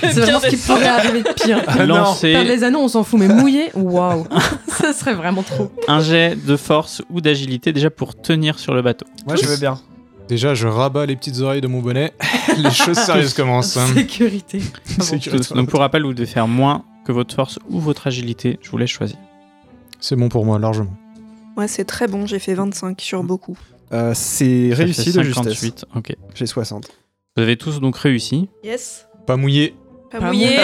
Speaker 5: C'est vraiment ce qui pourrait arriver de pire.
Speaker 4: Ah non.
Speaker 1: lancer
Speaker 5: Perdre les anneaux, on s'en fout, mais mouiller, waouh, ça serait vraiment trop.
Speaker 1: un jet de force ou d'agilité déjà pour tenir sur le bateau.
Speaker 4: Moi, je veux bien.
Speaker 2: Déjà, je rabats les petites oreilles de mon bonnet. les choses sérieuses commencent. hein.
Speaker 5: Sécurité.
Speaker 2: C'est que-
Speaker 1: Tous. Donc pour rappel, vous devez faire moins que votre force ou votre agilité. Je vous laisse choisir.
Speaker 2: C'est bon pour moi, largement.
Speaker 3: Moi, c'est très bon, j'ai fait 25
Speaker 1: Mm.
Speaker 3: sur beaucoup.
Speaker 4: Euh, c'est
Speaker 1: Ça fait
Speaker 4: réussi de justesse.
Speaker 1: 58, Ok.
Speaker 4: J'ai 60.
Speaker 1: Vous avez tous donc réussi.
Speaker 3: Yes.
Speaker 2: Pas mouillé.
Speaker 3: Pas,
Speaker 5: Pas
Speaker 3: mouillé.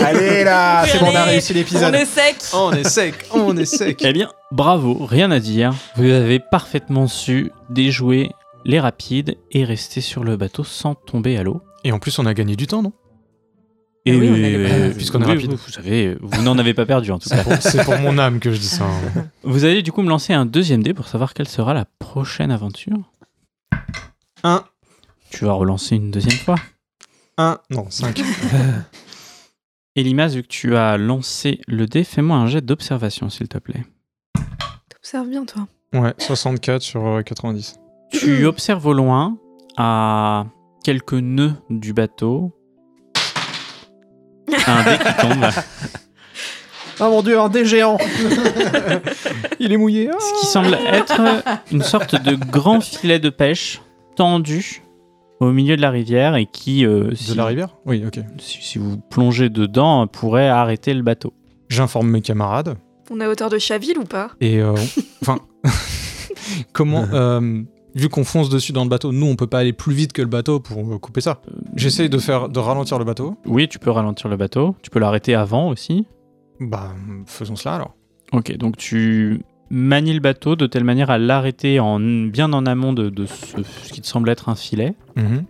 Speaker 4: Allez là, c'est bon, on a
Speaker 3: Allez,
Speaker 4: réussi
Speaker 3: on
Speaker 4: l'épisode.
Speaker 3: est sec.
Speaker 2: on est sec. On est sec.
Speaker 1: Eh bien, bravo, rien à dire. Vous avez parfaitement su déjouer les rapides et rester sur le bateau sans tomber à l'eau.
Speaker 2: Et en plus, on a gagné du temps, non
Speaker 1: Et euh,
Speaker 5: Ah oui, on a gagné.
Speaker 2: Puisqu'on est
Speaker 1: oui,
Speaker 2: rapide.
Speaker 1: Vous, vous savez, vous n'en avez pas perdu en tout cas.
Speaker 2: C'est pour, c'est pour mon âme que je dis ça. hein.
Speaker 1: Vous allez du coup me lancer un deuxième dé pour savoir quelle sera la prochaine aventure.
Speaker 2: Un.
Speaker 1: Tu vas relancer une deuxième fois.
Speaker 2: Un. Non, cinq.
Speaker 1: Et Limas, vu que tu as lancé le dé, fais-moi un jet d'observation s'il te plaît.
Speaker 3: T'observes bien, toi.
Speaker 2: Ouais, 64 sur euh, 90.
Speaker 1: Tu observes au loin, à quelques nœuds du bateau, un dé qui tombe,
Speaker 4: Oh mon dieu, un dé géant.
Speaker 2: Il est mouillé.
Speaker 1: ce qui semble être une sorte de grand filet de pêche tendu au milieu de la rivière et qui, euh,
Speaker 2: De
Speaker 1: si,
Speaker 2: la rivière Oui, ok.
Speaker 1: si- si vous plongez dedans, pourrait arrêter le bateau.
Speaker 2: J'informe mes camarades.
Speaker 3: On est à hauteur de Chaville ou pas
Speaker 2: Et euh, enfin, comment euh, vu qu'on fonce dessus dans le bateau, nous on peut pas aller plus vite que le bateau pour euh, couper ça. J'essaye de faire de ralentir le bateau.
Speaker 1: Oui, tu peux ralentir le bateau, tu peux l'arrêter avant aussi.
Speaker 2: Bah faisons cela alors.
Speaker 1: Ok, donc tu manies le bateau de telle manière à l'arrêter en, bien en amont de, de ce- ce qui te semble être un filet.
Speaker 2: Mhm.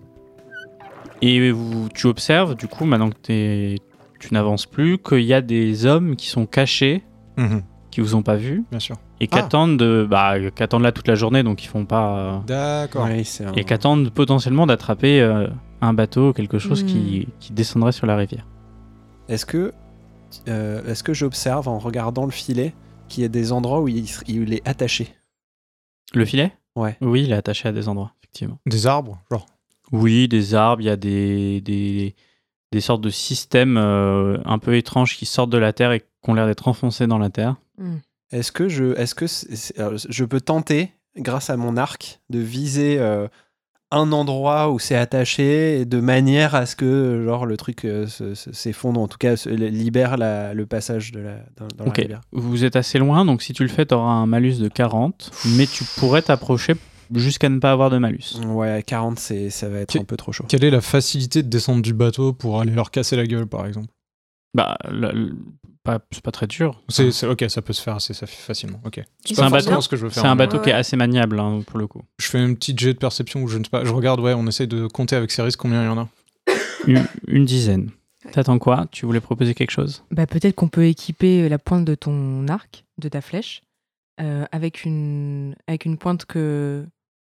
Speaker 1: Et vous- tu observes, du coup, maintenant que t'es- tu n'avances plus, qu'il y a des hommes qui sont cachés,
Speaker 2: Mhm,
Speaker 1: qui vous ont pas vu,
Speaker 2: Bien sûr.
Speaker 1: et
Speaker 2: Ah.
Speaker 1: qu'attendent de, bah, qu'attendent là toute la journée, donc ils font pas. euh,
Speaker 2: D'accord.
Speaker 4: Oui, c'est un-
Speaker 1: et qu'attendent potentiellement d'attraper euh, un bateau, quelque chose
Speaker 5: Hmm.
Speaker 1: qui, qui descendrait sur la rivière.
Speaker 4: Est-ce que euh, est-ce que j'observe en regardant le filet qu'il y a des endroits où il, s- il est attaché
Speaker 1: Le filet
Speaker 4: Ouais.
Speaker 1: Oui, il est attaché à des endroits, effectivement.
Speaker 2: Des arbres, genre.
Speaker 1: Oui, des arbres, il y a des, des, des sortes de systèmes euh, un peu étranges qui sortent de la terre et qui ont l'air d'être enfoncés dans la terre.
Speaker 4: Est-ce que je, est-ce que c'est- c'est- alors, je peux tenter, grâce à mon arc, de viser euh, un endroit où c'est attaché et de manière à ce que genre le truc euh, se- se- s'effondre, en tout cas se- libère la- le passage de la dans, dans
Speaker 1: Ok.
Speaker 4: la rivière.
Speaker 1: Vous êtes assez loin, donc si tu le fais, tu auras un malus de 40, mais tu pourrais t'approcher jusqu'à ne pas avoir de malus.
Speaker 4: Ouais, à 40, c'est, ça va être
Speaker 2: Qui-
Speaker 4: un peu trop chaud.
Speaker 2: Quelle est la facilité de descendre du bateau pour aller leur casser la gueule, par exemple
Speaker 1: Bah, la- la- pas- c'est pas très dur.
Speaker 2: c'est, c'est- Ok, ça peut se faire assez ça, facilement. Ok.
Speaker 3: Ils sont
Speaker 1: pas un bateau,
Speaker 3: bien.
Speaker 2: forcément ce que Ah. je veux faire.
Speaker 1: Hein. C'est un
Speaker 2: mais
Speaker 1: bateau qui est assez maniable hein, pour le coup.
Speaker 2: Je fais un petit jet de perception ou je ne sais pas. Je regarde, ouais, on essaie de compter avec ces risques combien il y en a.
Speaker 1: Une, une dizaine.
Speaker 3: Ouais.
Speaker 1: T'attends quoi Tu voulais proposer quelque chose
Speaker 5: Bah, peut-être qu'on peut équiper la pointe de ton arc, de ta flèche, euh, avec, une, avec une pointe que,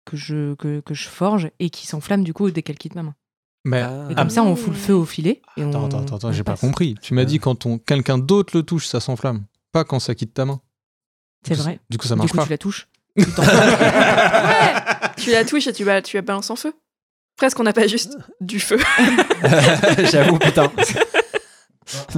Speaker 5: que, je, que, que je forge et qui s'enflamme du coup dès qu'elle quitte ma main.
Speaker 2: Mais
Speaker 5: Et
Speaker 4: Ah.
Speaker 5: comme ça, on fout le feu au filet. Et on,
Speaker 2: attends, attends, attends,
Speaker 5: on
Speaker 2: j'ai pas
Speaker 5: Bah, passe.
Speaker 2: compris. Tu m'as dit quand on... quelqu'un d'autre le touche, ça s'enflamme. Pas quand ça quitte ta main.
Speaker 5: C'est
Speaker 2: Du coup,
Speaker 5: vrai.
Speaker 2: Du coup, ça
Speaker 5: Du
Speaker 2: marche
Speaker 5: coup,
Speaker 2: pas.
Speaker 5: tu la touches.
Speaker 3: Tu la touches et tu, ba- tu la balances en feu. Presque, on n'a pas juste du feu.
Speaker 4: J'avoue, putain.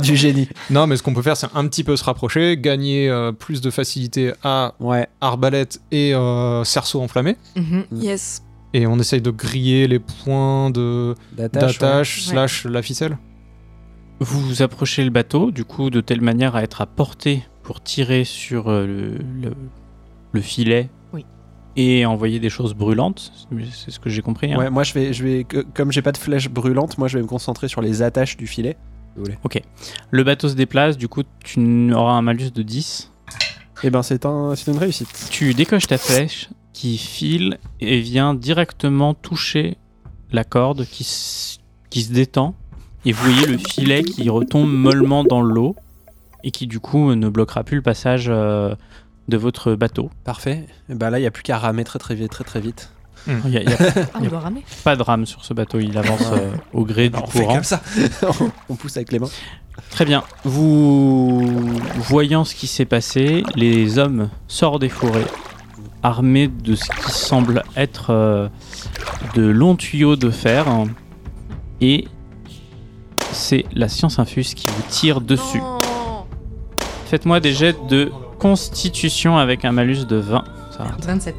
Speaker 4: du génie.
Speaker 2: Non, mais ce qu'on peut faire, c'est un petit peu se rapprocher, gagner euh, plus de facilité à
Speaker 4: Ouais.
Speaker 2: arbalète et euh, cerceau enflammé.
Speaker 5: Mhm.
Speaker 3: Yes.
Speaker 2: Et on essaye de griller les points de
Speaker 4: D'attache.
Speaker 2: d'attache
Speaker 5: ouais.
Speaker 2: slash la ficelle.
Speaker 1: Vous vous approchez le bateau, du coup, de telle manière à être à portée pour tirer sur euh, le, le- le filet
Speaker 5: Oui.
Speaker 1: et envoyer des choses brûlantes. C'est ce que j'ai compris.
Speaker 4: ouais.
Speaker 1: hein.
Speaker 4: Ouais, moi je vais, je vais, que- comme j'ai pas de flèche brûlante, moi je vais me concentrer sur les attaches du filet.
Speaker 1: Le bateau se déplace, du coup, tu n- auras un malus de 10.
Speaker 4: Et ben c'est un, c'est une réussite.
Speaker 1: Tu décoches ta flèche qui file et vient directement toucher la corde qui, s- qui se détend. Et vous voyez le filet qui retombe mollement dans l'eau et qui, du coup, ne bloquera plus le passage euh, de votre bateau.
Speaker 4: Parfait. Et ben là il y a plus qu'à ramer très très vite, très très vite.
Speaker 1: Il y a- il y a
Speaker 5: Ah, on doit ramer.
Speaker 1: pas de rame sur ce bateau, il avance euh, au gré du courant.
Speaker 4: ça. on pousse avec les mains.
Speaker 1: Très bien. Vous voyant ce qui s'est passé, les hommes sortent des forêts, armés de ce qui semble être euh, de longs tuyaux de fer, hein, et c'est la science infuse qui vous tire dessus.
Speaker 3: Non.
Speaker 1: Faites-moi des jets de constitution avec un malus de 20. Ça va.
Speaker 5: 27.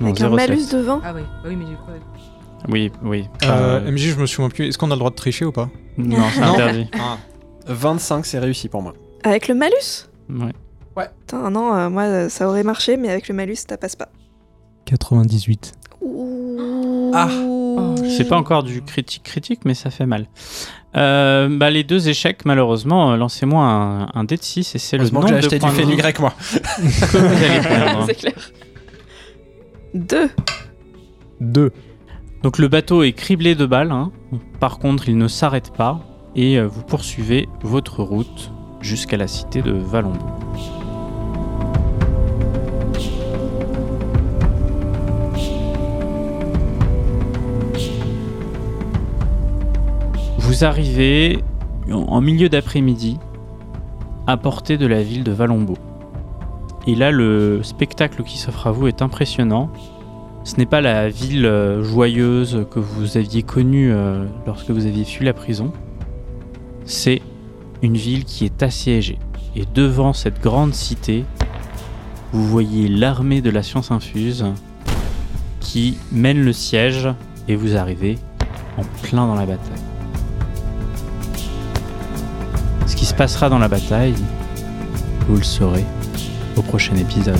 Speaker 1: Non,
Speaker 3: Avec un
Speaker 1: 0,7.
Speaker 3: malus de 20.
Speaker 5: Ah oui, Bah oui mais du coup. ouais.
Speaker 1: Oui, oui.
Speaker 2: Euh,
Speaker 1: Euh,
Speaker 2: MJ, je me souviens plus. Est-ce qu'on a le droit de tricher ou pas
Speaker 1: non, c'est
Speaker 2: Non.
Speaker 1: interdit.
Speaker 4: 25 c'est réussi pour moi.
Speaker 3: Avec le malus
Speaker 1: Ouais.
Speaker 3: Putain, non, euh, moi, euh, ça aurait marché, mais avec le malus, ça passe pas.
Speaker 2: 98.
Speaker 3: Ouh.
Speaker 4: Ah.
Speaker 1: C'est pas encore du critique critique, mais ça fait mal. Euh, bah, les deux échecs, malheureusement, euh, lancez-moi un, un dé de 6 et c'est le
Speaker 4: Heureusement
Speaker 1: nombre
Speaker 4: que j'ai
Speaker 1: de
Speaker 4: acheté du
Speaker 1: points de vie
Speaker 4: grec moi.
Speaker 1: que vous allez perdre.
Speaker 3: C'est clair. Deux.
Speaker 2: 2.
Speaker 1: Donc le bateau est criblé de balles. hein. Par contre, il ne s'arrête pas et euh, vous poursuivez votre route jusqu'à la cité de Valombo. Vous arrivez en- en milieu d'après-midi à portée de la ville de Valombo. Et là, le spectacle qui s'offre à vous est impressionnant. Ce n'est pas la ville euh, joyeuse que vous aviez connue euh, lorsque vous aviez fui la prison. C'est une ville qui est assiégée. Et devant cette grande cité, vous voyez l'armée de la science infuse qui mène le siège et vous arrivez en plein dans la bataille. Ce qui se passera dans la bataille, vous le saurez au prochain épisode.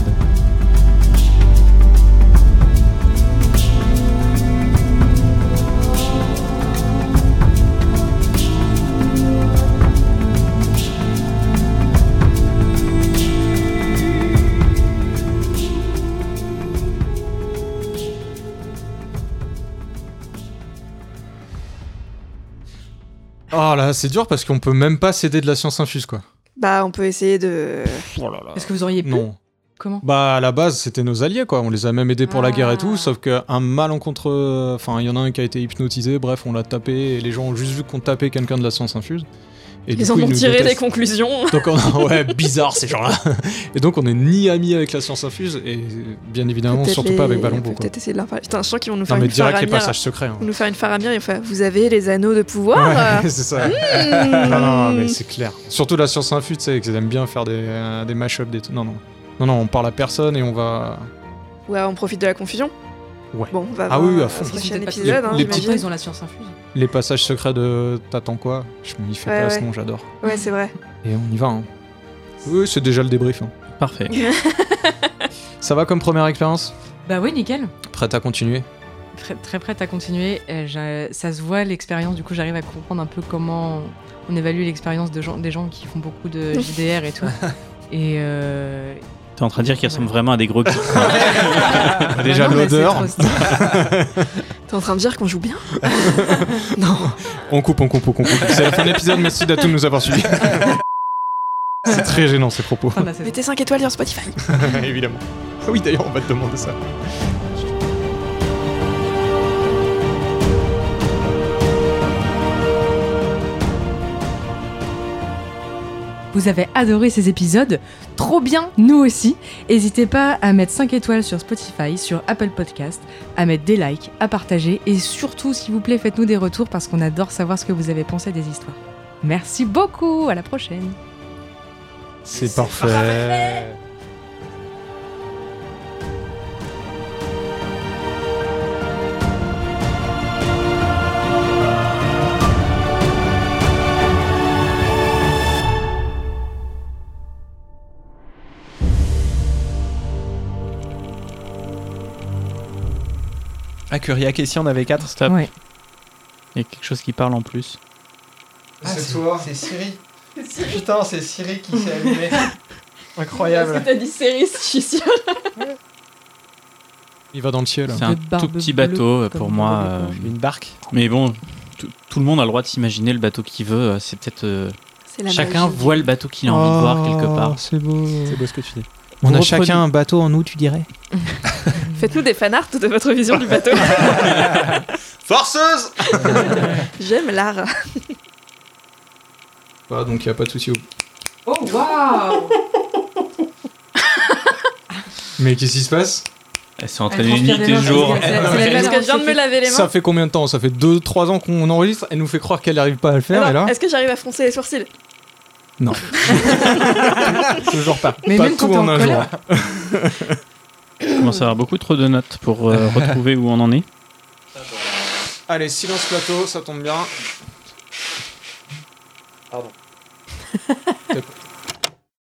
Speaker 2: Oh là, c'est dur parce qu'on peut même pas céder de la science infuse, quoi.
Speaker 3: Bah, on peut essayer de.
Speaker 2: Oh là là.
Speaker 5: Est-ce que vous auriez pu
Speaker 2: Non.
Speaker 5: Comment
Speaker 2: Bah, à la base, c'était nos alliés, quoi. On les a même aidés pour la guerre et tout,
Speaker 5: Ah.
Speaker 2: sauf qu'un malencontreux. Enfin, il y en a un qui a été hypnotisé, bref, on l'a tapé, et les gens ont juste vu qu'on tapait quelqu'un de la science infuse. Et du
Speaker 3: Ils
Speaker 2: coup,
Speaker 3: en ont
Speaker 2: nous
Speaker 3: tiré des
Speaker 2: détestent.
Speaker 3: conclusions.
Speaker 2: Donc on- ouais, bizarre ces gens-là. Et donc on est ni amis avec la science infuse et bien évidemment
Speaker 3: Peut-être
Speaker 2: surtout
Speaker 3: les-
Speaker 2: pas avec Ballon
Speaker 3: on peut
Speaker 2: quoi.
Speaker 3: Peut-être essayer de leur parler. Putain, je sens qu'ils vont nous faire
Speaker 2: Non mais
Speaker 3: une
Speaker 2: direct les
Speaker 3: faramir.
Speaker 2: passages secrets. hein.
Speaker 3: Ils vont nous faire une faramir. Ils vont faire, vous avez les anneaux de pouvoir. euh,
Speaker 2: Ouais, c'est ça.
Speaker 3: hmm.
Speaker 2: Non, non, mais c'est clair. Surtout la science infuse, tu sais, qu'ils aiment bien faire des, euh, des mash-up, des trucs. Non, non. Non, non, on parle à personne et on va.
Speaker 3: Ouais, on profite de la confusion.
Speaker 2: Ouais.
Speaker 3: Bon, on va
Speaker 2: Ah
Speaker 3: voir,
Speaker 2: oui, à
Speaker 3: euh,
Speaker 2: fond.
Speaker 3: ce prochain
Speaker 5: Les-
Speaker 3: épisode, hein,
Speaker 2: les petits-
Speaker 5: Pourtant,
Speaker 3: j'imagine.
Speaker 5: ils ont la science infuse.
Speaker 2: Les passages secrets de T'attends quoi Je m'y fais
Speaker 3: Ouais,
Speaker 2: pas
Speaker 3: ouais.
Speaker 2: ce nom, j'adore.
Speaker 3: Ouais, c'est vrai.
Speaker 2: Et on y va. hein. Oui, c'est déjà le débrief. hein.
Speaker 1: Parfait.
Speaker 2: Ça va comme première expérience
Speaker 5: Bah oui, nickel.
Speaker 2: Prête à continuer
Speaker 5: Très, très prête à continuer. Euh, j'ai- ça se voit l'expérience, du coup j'arrive à comprendre un peu comment on évalue l'expérience de gens, des gens qui font beaucoup de JDR et tout. Et euh,
Speaker 1: T'es en train de dire qu'ils ressemblent vraiment à des gros geeks.
Speaker 2: Ah, Déjà
Speaker 5: bah non, mais c'est
Speaker 2: l'odeur.
Speaker 5: trop stylé.
Speaker 3: T'es en train de dire qu'on joue bien Non.
Speaker 2: On coupe, on coupe, on coupe. on coupe. C'est la fin de l'épisode, merci de tous nous avoir suivis. C'est très gênant ces propos.
Speaker 5: Fin de la saison.
Speaker 3: Mettez 5 étoiles sur Spotify.
Speaker 2: Évidemment. Ah oui, d'ailleurs, on va te demander ça.
Speaker 5: Vous avez adoré ces épisodes Trop bien, nous aussi N'hésitez pas à mettre 5 étoiles sur Spotify, sur Apple Podcast, à mettre des likes, à partager et surtout, s'il vous plaît, faites-nous des retours parce qu'on adore savoir ce que vous avez pensé des histoires. Merci beaucoup, à la prochaine
Speaker 2: C'est parfait.
Speaker 4: Ah, Kuriak et si on avait 4
Speaker 1: Stop.
Speaker 5: Ouais.
Speaker 1: Il y a quelque chose qui parle en plus.
Speaker 6: c'est toi. C'est Siri. Putain, c'est Siri qui s'est allumée. Incroyable.
Speaker 3: t'as dit série, je suis sûre.
Speaker 2: Il va dans le ciel.
Speaker 1: C'est un
Speaker 5: De barbe
Speaker 1: tout petit
Speaker 5: bleue,
Speaker 1: bateau euh,
Speaker 5: comme
Speaker 1: pour
Speaker 5: dans
Speaker 1: moi.
Speaker 5: les
Speaker 1: euh,
Speaker 5: contes.
Speaker 4: Une barque
Speaker 1: mais bon, tout- tout le monde a le droit de s'imaginer le bateau qu'il veut. euh, C'est peut-être euh,
Speaker 3: C'est la
Speaker 1: chacun
Speaker 3: magie.
Speaker 1: voit le bateau qu'il a envie de voir
Speaker 5: Oh.
Speaker 1: quelque part.
Speaker 2: C'est beau.
Speaker 4: C'est beau ce que tu dis.
Speaker 2: On a
Speaker 1: Reproduit.
Speaker 2: chacun un bateau en nous, tu dirais
Speaker 3: Faites-nous des fanarts de votre vision du bateau.
Speaker 6: Forceuse
Speaker 3: J'aime l'art.
Speaker 2: Pas, donc il a pas de souci.
Speaker 5: Oh, waouh
Speaker 2: Mais qu'est-ce qui se passe
Speaker 1: Elle s'est entraînée nuit et jour.
Speaker 5: C'est
Speaker 3: C'est
Speaker 5: la
Speaker 3: parce que je viens de me laver les mains.
Speaker 2: Ça fait combien de temps Ça fait 2-3 ans qu'on enregistre. Elle nous fait croire qu'elle n'arrive pas à le faire.
Speaker 3: Alors,
Speaker 2: et là
Speaker 3: Est-ce que j'arrive à froncer les sourcils
Speaker 2: hein Toujours pas.
Speaker 5: Mais
Speaker 2: pas
Speaker 5: même
Speaker 2: tout
Speaker 5: quand t'es
Speaker 2: en
Speaker 5: en
Speaker 2: un jour.
Speaker 5: colère.
Speaker 1: Je commence à avoir beaucoup trop de notes pour euh, retrouver où on en est.
Speaker 2: Allez, silence plateau, ça tombe bien.
Speaker 6: Pardon.
Speaker 2: T'as-